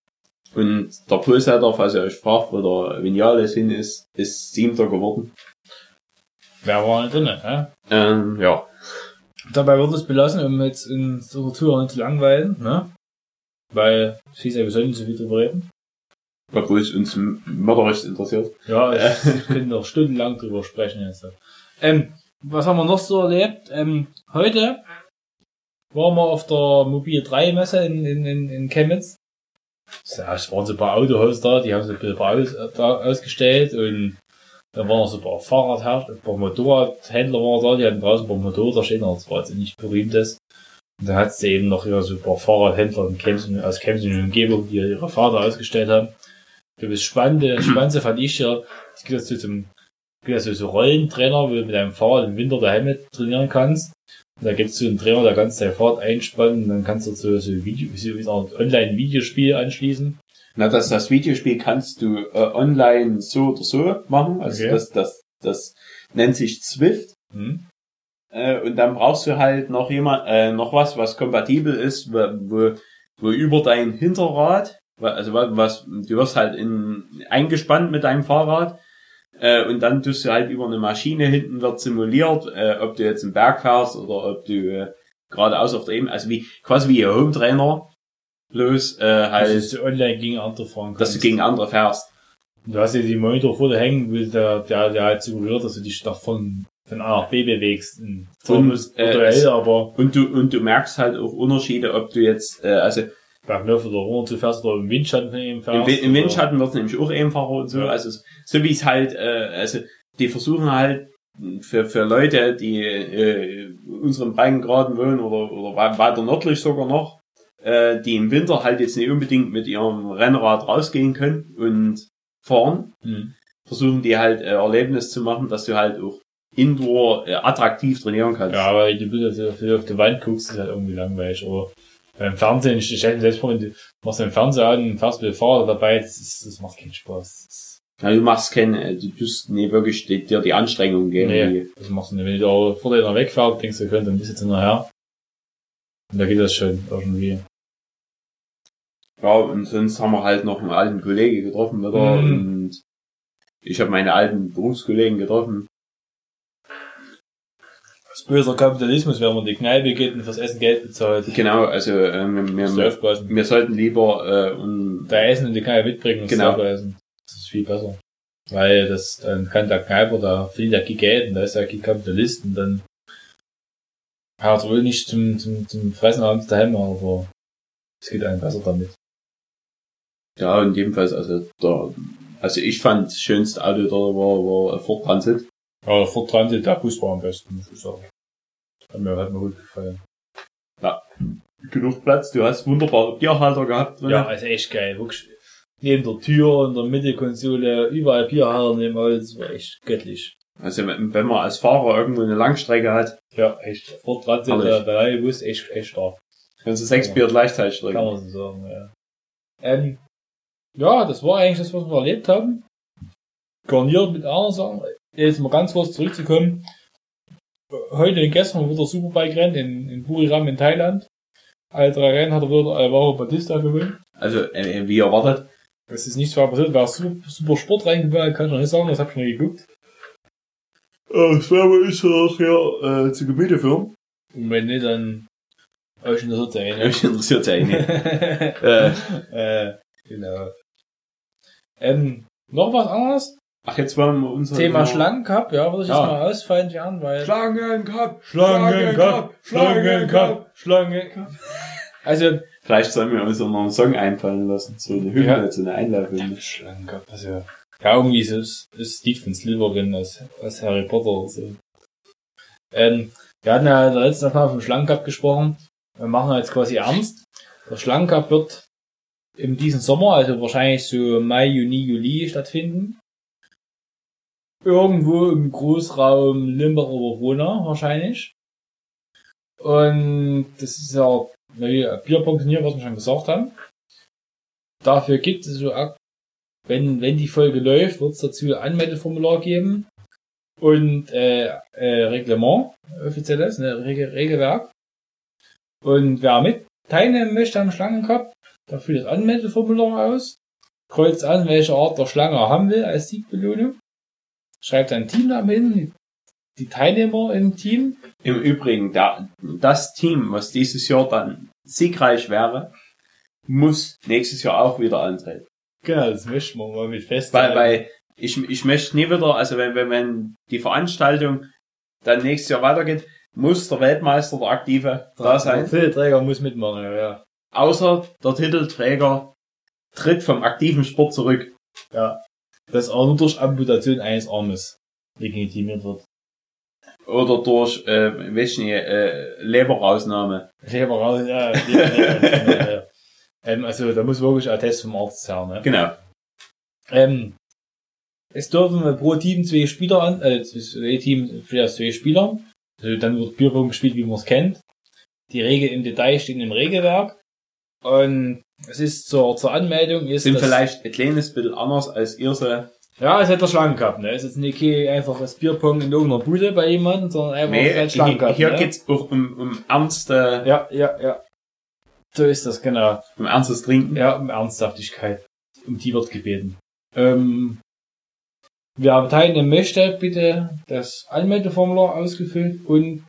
Speaker 1: Und der Pulsadorf, also er sprach, wo der Vinales hin ist, ist siebter geworden.
Speaker 2: Wer war denn drinne? hä?
Speaker 1: Ähm, ja.
Speaker 2: Dabei wird es belassen, um jetzt in unserer Tour nicht zu langweilen, ne? Weil, sie ist ja, wir sollen nicht so viel drüber reden.
Speaker 1: Obwohl es uns mörderrecht interessiert.
Speaker 2: Ja, ich könnte noch stundenlang drüber sprechen jetzt. Ähm, was haben wir noch so erlebt? Ähm, heute waren wir auf der Mobil 3 Messe in, in, in, in Chemnitz. Ja, es waren so ein paar Autohäuser da, die haben so ein bisschen ein paar Autos äh, da ausgestellt und dann waren noch so ein paar Fahrradherr, ein paar Motorradhändler waren da, die hatten draußen ein paar Motorräder stehen, aber das war jetzt nicht berühmtes. Und dann hat's eben noch ja, so ein paar Fahrradhändler in Chemnitz, und- aus Chemnitz und Umgebung, die ihre Fahrräder ausgestellt haben. Ich glaube, das Spannende, das Spannendste fand ich ja, es gibt ja so zum, es gibt ja so, so Rollentrainer, wo du mit deinem Fahrrad im Winter daheim mit trainieren kannst. Und da gibt's so einen Trainer, der kannst dein Fahrrad einspannen und dann kannst du so, so, Video, so wie so ein Online-Videospiel anschließen.
Speaker 1: Na, das, das Videospiel kannst du äh, online so oder so machen. Also
Speaker 2: Okay.
Speaker 1: das, das, das nennt sich Zwift.
Speaker 2: Hm?
Speaker 1: Äh, und dann brauchst du halt noch jemand, äh, noch was, was kompatibel ist, wo, wo, wo über dein Hinterrad, wa- also wa- was, du wirst halt in, eingespannt mit deinem Fahrrad. Äh, und dann tust du halt über eine Maschine hinten wird simuliert, äh, ob du jetzt einen Berg fährst oder ob du äh, geradeaus auf der Ebene, also wie quasi wie ihr Home Trainer, bloß äh,
Speaker 2: Also,
Speaker 1: halt,
Speaker 2: dass du online gegen andere fahren kannst.
Speaker 1: dass du gegen andere fährst.
Speaker 2: Du hast ja die Monitor vor dir hängen, wo der, der, der halt suggeriert, dass du dich nach von, von A nach B bewegst. Und zwar
Speaker 1: Und,
Speaker 2: muss
Speaker 1: äh,
Speaker 2: virtuell,
Speaker 1: es-
Speaker 2: aber
Speaker 1: Und du, und du merkst halt auch Unterschiede, ob du jetzt, äh, also
Speaker 2: bergauf oder runter fährst oder im Windschatten von ihm
Speaker 1: im,
Speaker 2: fährst.
Speaker 1: Win- im
Speaker 2: oder-
Speaker 1: Windschatten wird's nämlich auch einfacher und so. Also es- so wie es halt, äh, also die versuchen halt für, für Leute, die äh, in unseren Breitengraden wohnen oder, oder wei- weiter nördlich sogar noch, äh, die im Winter halt jetzt nicht unbedingt mit ihrem Rennrad rausgehen können und fahren,
Speaker 2: Hm.
Speaker 1: versuchen die halt äh, Erlebnis zu machen, dass du halt auch indoor äh, attraktiv trainieren kannst.
Speaker 2: Ja, aber wenn du bist auf, auf die Wand guckst, ist halt irgendwie langweilig. Aber beim Fernsehen, ich stelle mir selbst vor, wenn du machst den Fernseher an und fährst mit dem Fahrrad dabei, das, ist, das macht keinen Spaß. Das,
Speaker 1: Ja, du machst kein, äh, du tust nie wirklich die- dir die Anstrengung geben.
Speaker 2: nee, das machst du nicht. Wenn du da vor dir noch wegfährst, denkst du, könnt, dann bist du jetzt hinterher. Und da geht das schon irgendwie.
Speaker 1: Ja, und sonst haben wir halt noch einen alten Kollege getroffen wieder
Speaker 2: Mhm.
Speaker 1: und ich habe meine alten Berufskollegen getroffen.
Speaker 2: Das böse Kapitalismus, wenn man in die Kneipe geht und fürs Essen Geld bezahlt.
Speaker 1: Genau, also äh, wir,
Speaker 2: Musst du
Speaker 1: wir,
Speaker 2: aufpassen.
Speaker 1: wir sollten lieber äh, und
Speaker 2: Da Essen in die Kneipe mitbringen und
Speaker 1: Genau.
Speaker 2: selber essen. Das ist viel besser. Weil das, dann kann der Kneiper da verdient der Geld und da ist der Kapitalist und dann hat er wohl nicht zum, zum, zum Fressen abends daheim, aber es geht einem besser damit.
Speaker 1: ja und jedenfalls also da also ich fand das schönste Auto da war, war Ford Transit.
Speaker 2: Aber Ford Transit, der Bus war am besten, muss ich sagen. Hat mir, hat mir gut gefallen.
Speaker 1: Genug Platz, du hast wunderbare Bierhalter gehabt. drin.
Speaker 2: Ja, ist echt geil. Wirklich. Neben der Tür, in der Mittelkonsole, überall Bierhallen im Holz, war echt göttlich.
Speaker 1: Also wenn wenn man als Fahrer irgendwo eine Langstrecke hat,
Speaker 2: Ja, echt. Ford Transit,
Speaker 1: Herrlich.
Speaker 2: der, der neue Bus, echt, echt stark.
Speaker 1: kannst du sechs Bier gleichzeitig
Speaker 2: Kann
Speaker 1: trinken.
Speaker 2: man so sagen, ja. Ähm, ja, das war eigentlich das, was wir erlebt haben. Garniert mit anderen Sachen. Jetzt mal ganz kurz zurückzukommen. Heute und gestern wurde der Superbike Rennen in, in Buriram in Thailand. Alle drei Rennen hat er wieder Alvaro Batista gewonnen.
Speaker 1: Also äh, wie erwartet.
Speaker 2: Das ist nicht zwar passiert, wer super, super Sport reingegangen kann ich noch nicht sagen, das hab ich schon geguckt.
Speaker 1: Äh, das werden wir uns nachher äh, zu Gemüte führen.
Speaker 2: Und wenn nicht, dann euch interessiert ja eh nicht.
Speaker 1: Mich interessiert ja nicht. äh,
Speaker 2: äh, genau. Ähm, noch was anderes?
Speaker 1: Ach, jetzt wollen wir unser
Speaker 2: Thema Schlangencup, ja, würde ich
Speaker 1: genau. Ja.
Speaker 2: jetzt mal ausfallend an, weil.
Speaker 4: Schlangencup,
Speaker 2: Schlangencup. Also,
Speaker 1: Vielleicht sollen wir uns noch einen Song einfallen lassen, so eine Hymne,
Speaker 2: Ja.
Speaker 1: so eine Einlaufhymne.
Speaker 2: Schlangencup, also. Ja, irgendwie ist es ist Steve von Silvergun aus, aus Harry Potter oder so. Ähm, wir hatten ja letztes Mal vom Schlangencup gesprochen. Wir machen jetzt quasi ernst. Der Schlangencup wird in diesem Sommer, also wahrscheinlich so Mai, Juni, Juli stattfinden. irgendwo im Großraum Limburg oder Rona wahrscheinlich. Und das ist ja naja, Bierpunktier, was wir schon gesagt haben. Dafür gibt es so, ak- wenn, wenn die Folge läuft, wird es dazu ein Anmeldeformular geben und äh, äh, Reglement, offizielles, ne, Regel, Regelwerk. Und wer mit teilnehmen möchte am Schlangenkopf, da füllt das Anmeldeformular aus, kreuzt an, welche Art der Schlange er haben will als Siegbelohnung, schreibt ein Teamnamen hin, die- die Teilnehmer im Team,
Speaker 1: Im Übrigen, da, das Team, was dieses Jahr dann siegreich wäre, muss nächstes Jahr auch wieder antreten.
Speaker 2: Genau, das möchten wir mal mit festhalten.
Speaker 1: Weil, weil ich, ich möchte nie wieder, also wenn, wenn, wenn die Veranstaltung dann nächstes Jahr weitergeht, muss der Weltmeister, der Aktive, da
Speaker 2: Der
Speaker 1: sein.
Speaker 2: Titelträger muss mitmachen, ja, ja.
Speaker 1: Außer der Titelträger tritt vom aktiven Sport zurück.
Speaker 2: Das auch nur durch Amputation eines Armes legitimiert wird.
Speaker 1: Oder durch, äh, weiß nicht, äh, Leberausnahme.
Speaker 2: Ich hab auch raus, ja, ja, ja, ja, ja. ähm, also da muss wirklich ein Test vom Arzt her, ne?
Speaker 1: Genau.
Speaker 2: Ähm, es dürfen pro Team zwei Spieler an, äh, zwei Team, ja, zwei Spieler. Also dann wird Bierpong gespielt, wie man es kennt. Die Regel im Detail stehen im Regelwerk. Und es ist zur, zur Anmeldung ist
Speaker 1: Sind
Speaker 2: das-
Speaker 1: vielleicht ein kleines bisschen anders als ihr so.
Speaker 2: Ja, es hätte Schlangen gehabt, ne? Es ist nicht kein einfaches Bierpong in irgendeiner Bude bei jemandem, sondern einfach es
Speaker 1: Nee,
Speaker 2: hat Schlangen
Speaker 1: hier,
Speaker 2: gehabt.
Speaker 1: hier
Speaker 2: ne?
Speaker 1: geht's auch um, um ernste,
Speaker 2: Ja, ja, ja. So ist das, genau.
Speaker 1: um ernstes Trinken.
Speaker 2: Ja, um Ernsthaftigkeit. Um die wird gebeten. Ähm, wer teilnehmen möchte, bitte das Anmeldeformular ausgefüllt und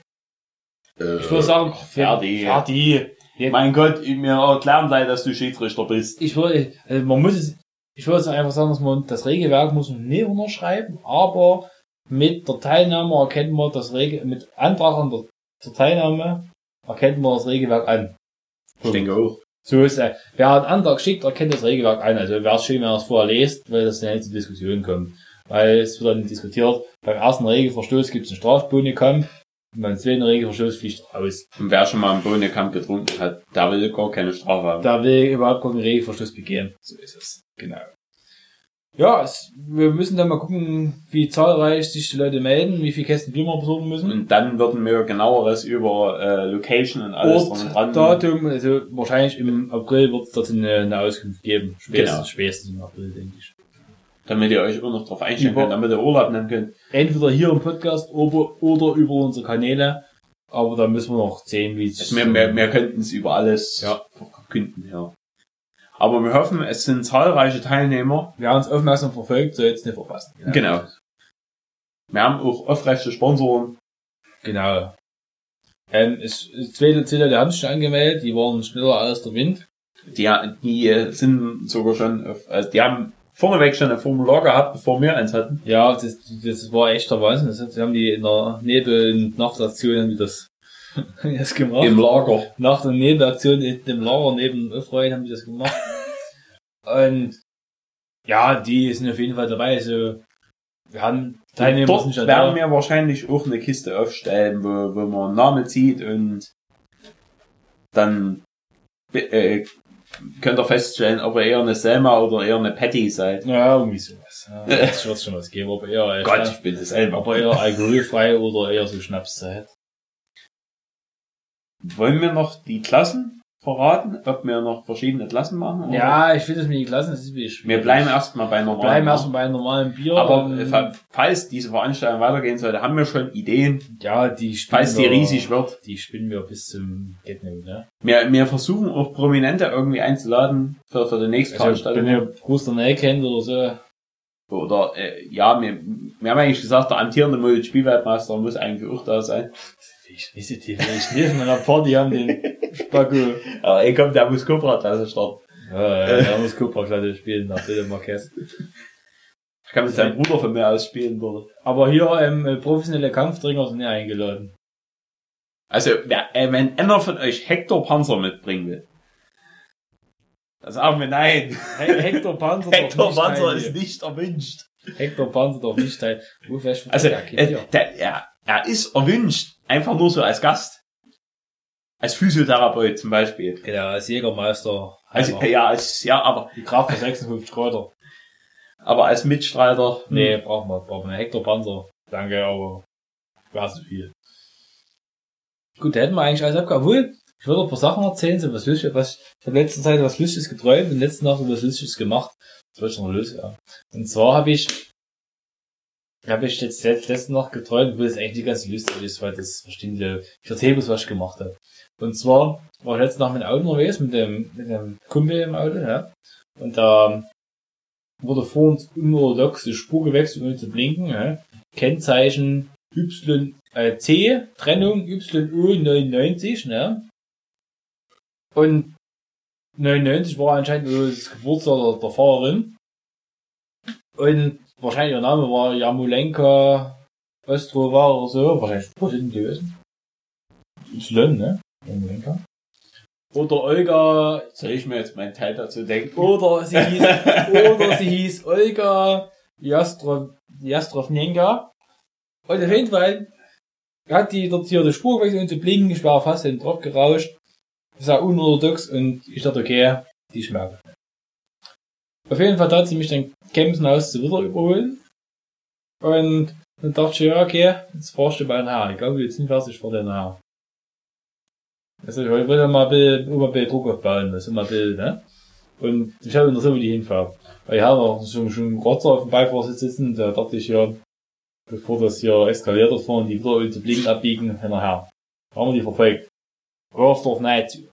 Speaker 2: ich würde sagen,
Speaker 1: fertig.
Speaker 2: fertig.
Speaker 1: Äh, Mein Gott, mir erklären leid, dass du Schiedsrichter bist.
Speaker 2: Ich würde, also man muss es, ich würde es einfach sagen, dass man das Regelwerk muss man nicht unterschreiben, aber mit der Teilnahme erkennt man das Regel, mit Antrag an der, der Teilnahme erkennt man das Regelwerk an. Hm.
Speaker 1: Ich denke auch.
Speaker 2: So ist er. Wer einen Antrag schickt, erkennt das Regelwerk an. Also wäre es schön, wenn er es vorher lest, weil das dann nicht zur Diskussion kommt. Weil es wird dann diskutiert, beim ersten Regelverstoß gibt es einen Strafbonikampf und beim zweiten Regelverstoß fliegt er aus.
Speaker 1: Und wer schon mal im Bohnenkampf getrunken hat, der will gar keine Strafe haben.
Speaker 2: Da will überhaupt keinen Regelverstoß begehen. So ist es. Genau. Ja, es, wir müssen dann mal gucken, wie zahlreich sich die Leute melden, wie viele Kästen Bier wir besorgen müssen.
Speaker 1: Und dann würden wir genaueres über äh, Location und alles drum und dran.
Speaker 2: Ort, Datum, also wahrscheinlich im April wird es dazu eine, eine Auskunft geben. Spätestens,
Speaker 1: Genau.
Speaker 2: spätestens im April, denke ich.
Speaker 1: Damit ihr euch auch noch drauf einstellen
Speaker 2: Über-
Speaker 1: könnt, damit ihr Urlaub nehmen könnt.
Speaker 2: entweder hier im Podcast oder, oder über unsere Kanäle. Aber da müssen wir noch sehen, wie es
Speaker 1: Wir, wir, wir könnten es über alles
Speaker 2: Ja.
Speaker 1: verkünden, ja. Aber wir hoffen, es sind zahlreiche Teilnehmer.
Speaker 2: Wer uns aufmerksam verfolgt, soll jetzt nicht verpassen.
Speaker 1: Genau. Wir haben auch aufrechte Sponsoren.
Speaker 2: Genau. Ähm, es, es- zwei, zwei Leute haben sich schon angemeldet, die waren schneller als der Wind.
Speaker 1: Die, die äh, sind sogar schon, auf, also die haben vorneweg schon ein Formular gehabt, bevor wir eins hatten.
Speaker 2: Ja, das, das war echter Wahnsinn. Das, hat- die haben die in der Nebel- und Nachtaktion haben die das, haben die das gemacht.
Speaker 1: Im Lager.
Speaker 2: Nach der Nebelaktion in dem Lager neben dem Öffrein haben die das gemacht. und ja, die sind auf jeden Fall dabei. Also, wir haben Teilnehmer
Speaker 1: Dort
Speaker 2: sind schon
Speaker 1: werden
Speaker 2: da.
Speaker 1: wir wahrscheinlich auch eine Kiste aufstellen, wo, wo man einen Namen zieht und dann äh, könnt ihr feststellen, ob ihr eher eine Selma oder eher eine Patty seid.
Speaker 2: Ja, irgendwie sowas. Ja, das wird schon was geben, ob eher, äh,
Speaker 1: Gott, ich bin eine Selma.
Speaker 2: ob eher alkoholfrei oder eher so Schnapszeit.
Speaker 1: Wollen wir noch die Klassen verraten, ob wir noch verschiedene Klassen machen? oder?
Speaker 2: Ja, ich finde das mit den Klassen, das ist wirklich schwierig.
Speaker 1: Wir bleiben erstmal bei normalen.
Speaker 2: Wir bleiben
Speaker 1: Namen.
Speaker 2: erstmal bei normalen Bier.
Speaker 1: aber
Speaker 2: ähm,
Speaker 1: äh, fa- falls diese Veranstaltung weitergehen sollte, haben wir schon Ideen,
Speaker 2: ja, die spinnen
Speaker 1: falls die
Speaker 2: wir-
Speaker 1: riesig wird.
Speaker 2: Die spinnen wir bis zum Get No, ne?
Speaker 1: Wir, wir versuchen auch Prominente irgendwie einzuladen für, für die nächste
Speaker 2: Also,
Speaker 1: Veranstaltung.
Speaker 2: wenn ihr Bruce Nell kennt oder so,
Speaker 1: Oder äh, ja, wir, wir haben eigentlich gesagt, der amtierende Multispielweltmeister muss eigentlich auch da sein.
Speaker 2: Ich weiß nicht, ich nicht meiner Party haben den Spacko.
Speaker 1: Aber ey komm, der muss Cobra Klasse starten.
Speaker 2: Ja, ja, da muss Cobra Klasse spielen, nach Bitte Marquez.
Speaker 1: Ich kann mit seinem Bruder von mir aus spielen würde.
Speaker 2: Aber hier ähm, professionelle Kampfdringer sind ja eingeladen.
Speaker 1: Also, wer, äh, wenn einer von euch Hector Panzer mitbringen will, dann sagen wir nein.
Speaker 2: He- Hector Panzer
Speaker 1: Hector
Speaker 2: darf nicht
Speaker 1: Panzer ist
Speaker 2: teilnehmen.
Speaker 1: nicht erwünscht.
Speaker 2: Hector Panzer darf nicht teil. Wo vielleicht
Speaker 1: Also,
Speaker 2: Ja, okay,
Speaker 1: äh,
Speaker 2: hier.
Speaker 1: der, er, er ist erwünscht, einfach nur so als Gast. Als Physiotherapeut zum Beispiel.
Speaker 2: genau, als Jägermeister.
Speaker 1: Also,
Speaker 2: Also,
Speaker 1: ja, als, ja, aber
Speaker 2: die Kraft für 56 Kräuter.
Speaker 4: Aber als Mitstreiter,
Speaker 2: Nee, brauchen wir, brauchen wir. Hector Panzer. Danke, aber war zu viel. Gut, da hätten wir eigentlich alles abgehauen. Obwohl, ich würde ein paar Sachen erzählen, so was Lustiges, was, ich habe letzte Zeit was Lustiges geträumt und letzte Nacht was Lustiges gemacht. Das wollte ich noch los, ja. Und zwar habe ich, habe ich jetzt let- letzte Nacht geträumt, obwohl es eigentlich nicht ganz so lustig ist, weil das verstehen die, ich erzähle bloß, was ich gemacht habe. Und zwar war ich letzte Nacht mit dem Auto unterwegs, mit dem, mit dem Kumpel im Auto, ja. Und ähm, da, wurde vor uns unorthodox die Spur gewechselt, ohne zu blinken. Ja. Kennzeichen Y, äh, C, Trennung YO99. Ne? Und 99 war anscheinend so das Geburtstag der, der Fahrerin. Und wahrscheinlich ihr Name war Jamulenka Ostrova oder so. Wahrscheinlich Russin gewesen. Y, ne? Jamulenka. Oder Olga
Speaker 4: soll ich mir jetzt meinen Teil dazu denken?
Speaker 1: Oh,
Speaker 2: oder sie hieß, oder sie hieß Olga Jastro- Jastrovnenka. Und auf jeden Fall hat die dort hier die Spur gewechselt und zu blinken. Ich war fast hinten drauf gerauscht. Das war unorthodox und ich dachte, okay, die schmerzt. Auf jeden Fall hat sie mich dann Kempsenhaus zu wieder überholen. Und dann dachte ich, ja, okay, jetzt fahrst du mal nachher. Ich glaube, jetzt sind wir fertig vor der nachher. Also, ich wollte mal ein bisschen, immer ein bisschen Druck aufbauen, das ist immer ein bisschen, ne? Und ich habe interessiert, wo die hinfahren. Weil ich habe auch schon, schon einen Rotzer auf dem Beifahrersitz sitzen, da dachte ich ja, bevor das hier eskaliert ist, fahren die wieder und die Blinken abbiegen, hinterher. Da haben wir die verfolgt. Röhrsdorf nein zu.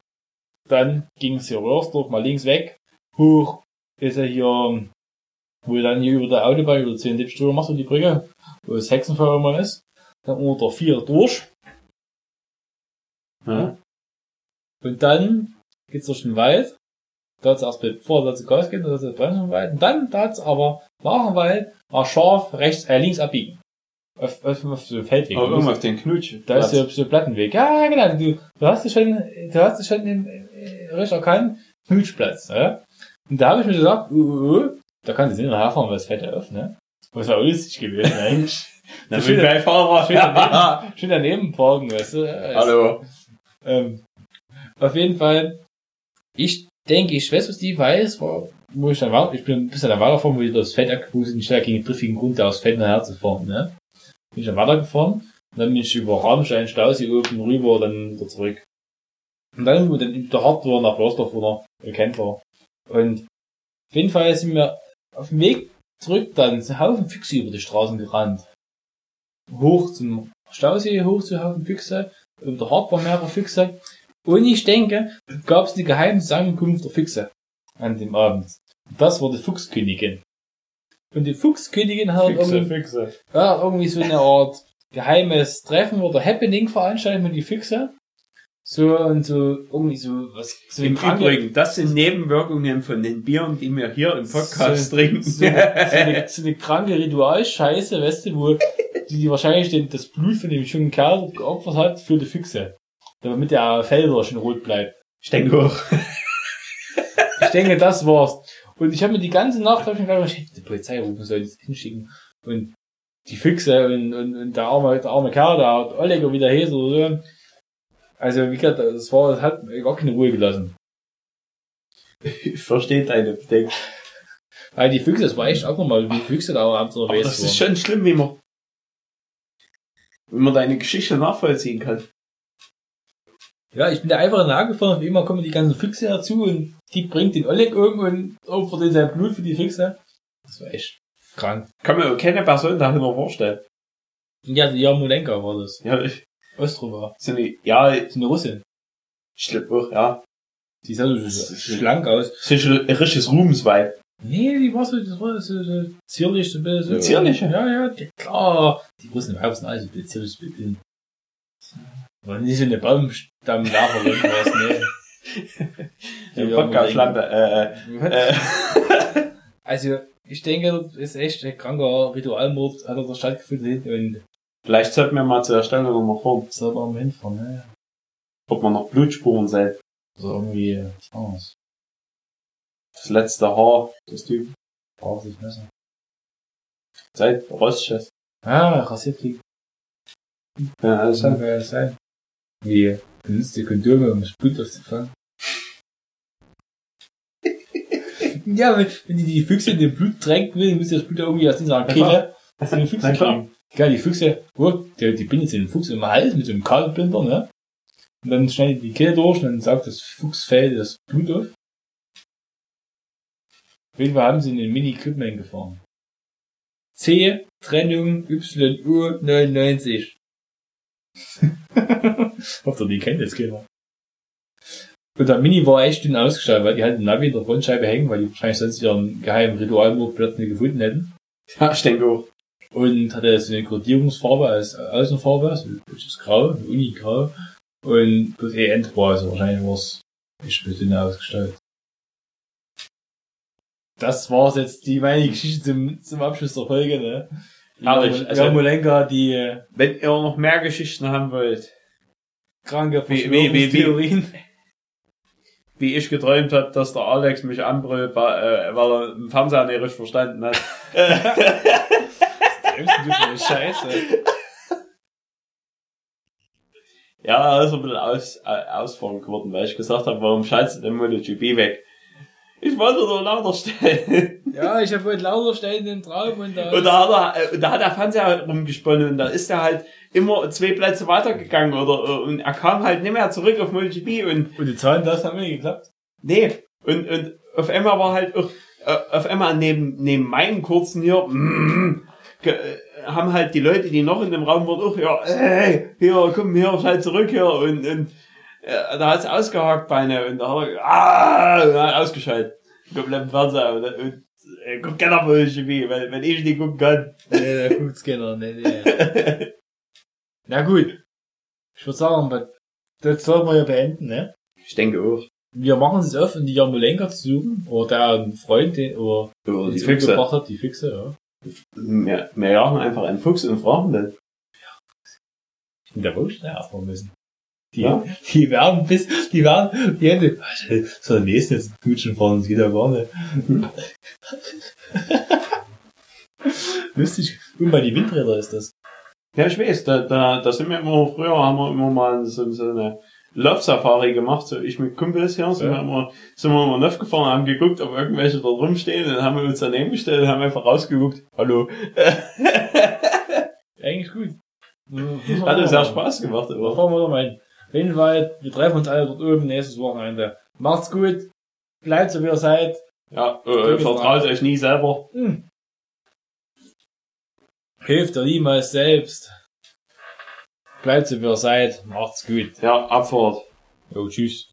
Speaker 2: Dann ging es hier Röhrsdorf mal links weg, hoch, ist er hier, ähm, wo ihr dann hier über der Autobahn, über 10 Lippströme machst du die Brücke, wo das Hexenfeuer immer ist, dann unter 4 durch,
Speaker 1: Ja.
Speaker 2: Und dann geht's durch den Wald. Da hat's erst bevor er zu Gas geht, da hat's das Bremsen im Wald. Und dann da hat's aber nach dem Wald mal scharf rechts, äh, links abbiegen. Auf, auf, auf so einem Feldweg.
Speaker 1: Aber irgendwann auf den Knutsch.
Speaker 2: da ist so, so ein Plattenweg. Ja, ja, genau. Du, du hast dich schon, du hast dich schon den, äh, richtig erkannt. Knutschplatz, ja. Und da habe ich mir gesagt, uh, uh, uh, da kannst du nicht nachher fahren, weil das Feld auf, ne? Was war lustig gewesen, eigentlich.
Speaker 4: Na,
Speaker 2: so schön-
Speaker 4: mit Beifahrer.
Speaker 2: schön daneben. Schön daneben parken, weißt du. Ja, ist-
Speaker 4: Hallo.
Speaker 2: ähm, auf jeden Fall, ich denke, ich weiß, was die weiß, war, wo ich dann war, ich bin ein bisschen da weitergefahren, wo die das Feld abgebogen sind, ich da gegen den triffigen Grund, der aus Feld nachher zu fahren, ne? Bin ich dann weitergefahren, und dann bin ich über Rammstein, Stausee oben rüber, dann wieder zurück. Und dann, wo dann der Hart war, nach Rostorf, wo er bekannt war. Und auf jeden Fall sind wir auf dem Weg zurück dann ein Haufen Füchse über die Straßen gerannt. Hoch zum Stausee, hoch zu Haufen Füchse über der Hart war mehrere Füchse. Und ich denke, gab es eine geheime Zusammenkunft der Füchse an dem Abend. Und das war die Fuchskönigin. Und die Fuchskönigin hat irgendwie,
Speaker 1: Füchse.
Speaker 2: ja, irgendwie so eine Art geheimes Treffen oder Happening veranstaltet mit den Füchse. So und so irgendwie so was so
Speaker 4: Im
Speaker 2: Kranke-
Speaker 4: Übrigen, das sind Nebenwirkungen von den Bieren, die wir hier im Podcast
Speaker 2: So-
Speaker 4: trinken.
Speaker 2: So, so, eine, so eine kranke Ritualscheiße, weißt du, wo die, die wahrscheinlich den, das Blut von dem jungen Kerl geopfert hat für die Füchse. Damit der Felder schon rot bleibt.
Speaker 4: ich denke auch.
Speaker 2: Ich denke, das war's. Und ich habe mir die ganze Nacht hab ich mir gedacht, ich hätte die Polizei rufen sollen, das hinschicken. Und die Füchse und, und, und der arme, der arme Kerl, der Oleg wieder Hese oder so. Also, wie gesagt, das war, das hat mir gar keine Ruhe gelassen.
Speaker 4: Ich verstehe deine Bedenken.
Speaker 2: Weil die Füchse, das war echt abnormal, wie die Füchse da abends
Speaker 4: Aber
Speaker 2: unterwegs
Speaker 4: das ist
Speaker 2: waren.
Speaker 4: schon schlimm, wie man, wie man deine Geschichte nachvollziehen kann.
Speaker 2: Ja, ich bin da einfach nachgefahren, auf immer kommen die ganzen Füchse dazu und die bringt den Oleg um und opfert den sein Blut für die Füchse. Das war echt krank.
Speaker 4: Kann mir keine Person dahinter vorstellen.
Speaker 2: Ja, die Jamulenka war das.
Speaker 4: Ja, ich,
Speaker 2: Ostrova.
Speaker 4: so eine, ja, ich
Speaker 2: Das ist eine Russin.
Speaker 4: glaube auch, ja.
Speaker 2: Die sah so sch- schlank aus.
Speaker 4: Das ist ein richtiges Ruhmsweib.
Speaker 2: Nee, die war so, das war so, so zierlich, so ein bisschen. so-
Speaker 4: Zierlich?
Speaker 2: Ja, ja, die, klar. Die Russen im Herbst sind alles ein bisschen zierlich. ein bisschen- War nicht so eine Baumstammwerfer oder irgendwas, ne?
Speaker 4: Die
Speaker 2: Ja,
Speaker 4: Podcast-Schlampe, äh,
Speaker 2: ne?
Speaker 4: äh,
Speaker 2: Also, ich denke, das ist echt ein kranker Ritualmord, hat er da stattgefunden und
Speaker 4: Vielleicht sollten wir mal zu der Stelle nochmal fahren,
Speaker 2: soll man mal hinfahren, ne?
Speaker 4: ob man noch Blutspuren sehen.
Speaker 2: Also irgendwie, äh, oh, das
Speaker 4: Das letzte Haar des Typen.
Speaker 2: braucht sich besser.
Speaker 4: Seit Rostschiff.
Speaker 2: Ah, Rasierkrieg.
Speaker 4: Ja, das
Speaker 2: Das kann ja sein. Wie benutzt ihr Kondome, um das Blut aufzufangen? Ja, wenn, wenn die die Füchse in den Blut tränken will, dann müssen die das Blut ja irgendwie aus dieser
Speaker 1: klar.
Speaker 2: Kehle aus den Füchsen
Speaker 1: Na klar.
Speaker 2: kriegen. Geil, die Füchse, oh, die, die bindet sich den Fuchs im Hals mit so einem Kabelbinder, ne? Und dann schneidet die die Kehle durch und dann saugt das Fuchsfell das Blut auf. Auf jeden Fall haben sie in den Mini-Equipment gefahren. C, Trennung YU99. Hofft doch, die kennt jetzt keiner. Und der Mini war echt dünn ausgestattet, weil die halt den Navi in der Frontscheibe hängen, weil die wahrscheinlich sonst ihren geheimen Ritualmordplatz nicht gefunden hätten.
Speaker 4: Ja, ich denke auch.
Speaker 2: Und hatte so eine Kodierungsfarbe als Außenfarbe, so ein bisschen grau, unigrau. Und das E-End war also wahrscheinlich was echt ein bisschen dünn ausgestattet. Das war's jetzt, die meine Geschichte zum, zum Abschluss der Folge, ne?
Speaker 1: Herrlich, also-
Speaker 2: Also, Molenka, die äh,
Speaker 1: Wenn ihr noch mehr Geschichten haben wollt,
Speaker 2: kranke
Speaker 1: Wie- wie- wie- wie-
Speaker 2: Verschwörungstheorien.
Speaker 1: wie ich geträumt hab, dass der Alex mich anbrüllt, weil, äh, weil er im Fernseher nicht richtig verstanden hat.
Speaker 2: Was denkst du für eine Scheiße?
Speaker 1: Ja, da ist ein bisschen aus, äh, ausfahren geworden, weil ich gesagt habe, warum schaltet der MotoGP weg? Ich wollte doch lauter stellen.
Speaker 2: Ja, ich habe heute lauter Stellen im Traum und da.
Speaker 1: Und da hat er, äh, und da hat der Fernseher halt rumgesponnen und da ist er halt immer zwei Plätze weitergegangen oder, äh, und er kam halt nicht mehr zurück auf MotoGP und,
Speaker 2: und die Zahlen, das haben wir geklappt.
Speaker 1: nee, und, und auf einmal war halt auch, äh, auf einmal neben, neben meinem kurzen hier, mm, ge- äh, haben halt die Leute, die noch in dem Raum waren, auch, ja, ey, hier, komm hier, schalt zurück hier und, und äh, da hat's ausgehakt Beine und da hat er, ah, und hat ausgeschaltet. Komplett Fernseher und, und äh, guck gerne auf MotoGP, weil, wenn ich nicht gucken kann.
Speaker 2: Nee, da guckt's keiner. Nee, nee. Na gut. Ich würde sagen, das- das sollten wir ja beenden, ne?
Speaker 4: Ich denke auch.
Speaker 2: Wir machen es auf, um die Jamulenka zu suchen. Oder der einen Freund, den oder
Speaker 4: Über die
Speaker 2: uns
Speaker 4: Füchse.
Speaker 2: umgebracht hat, die Füchse, ja.
Speaker 4: Wir, wir jagen einfach einen Fuchs und fragen den.
Speaker 2: In der Wurst, ne, erstmal müssen. Die,
Speaker 4: Ja.
Speaker 2: die werden bis, die werden, die Hände, Also, was soll denn nächsten jetzt Blutschen fahren, das geht ja gar nicht. Lustig, und bei die Windräder ist das.
Speaker 1: Ja, ich weiß, da, da, da sind wir immer, früher haben wir immer mal so, so eine Love Safari gemacht, so ich mit Kumpels hier, sind,
Speaker 2: Ja.
Speaker 1: wir immer, sind wir immer Love gefahren, haben geguckt, ob irgendwelche da rumstehen, dann haben wir uns daneben gestellt, haben einfach rausgeguckt, hallo.
Speaker 2: Eigentlich gut. Also,
Speaker 1: Hat uns
Speaker 2: Oh.
Speaker 1: sehr Spaß gemacht,
Speaker 2: Da
Speaker 1: aber.
Speaker 2: fahren wir doch mal hin. Auf jeden Fall, wir treffen uns alle dort oben nächstes Wochenende. Macht's gut, bleibt so wie ihr seid.
Speaker 1: Ja, äh, vertraut euch nie selber.
Speaker 2: Hm. Hilft ihr niemals selbst. Bleibt so wie ihr seid, macht's gut.
Speaker 1: Ja, Abfahrt.
Speaker 2: Jo, tschüss.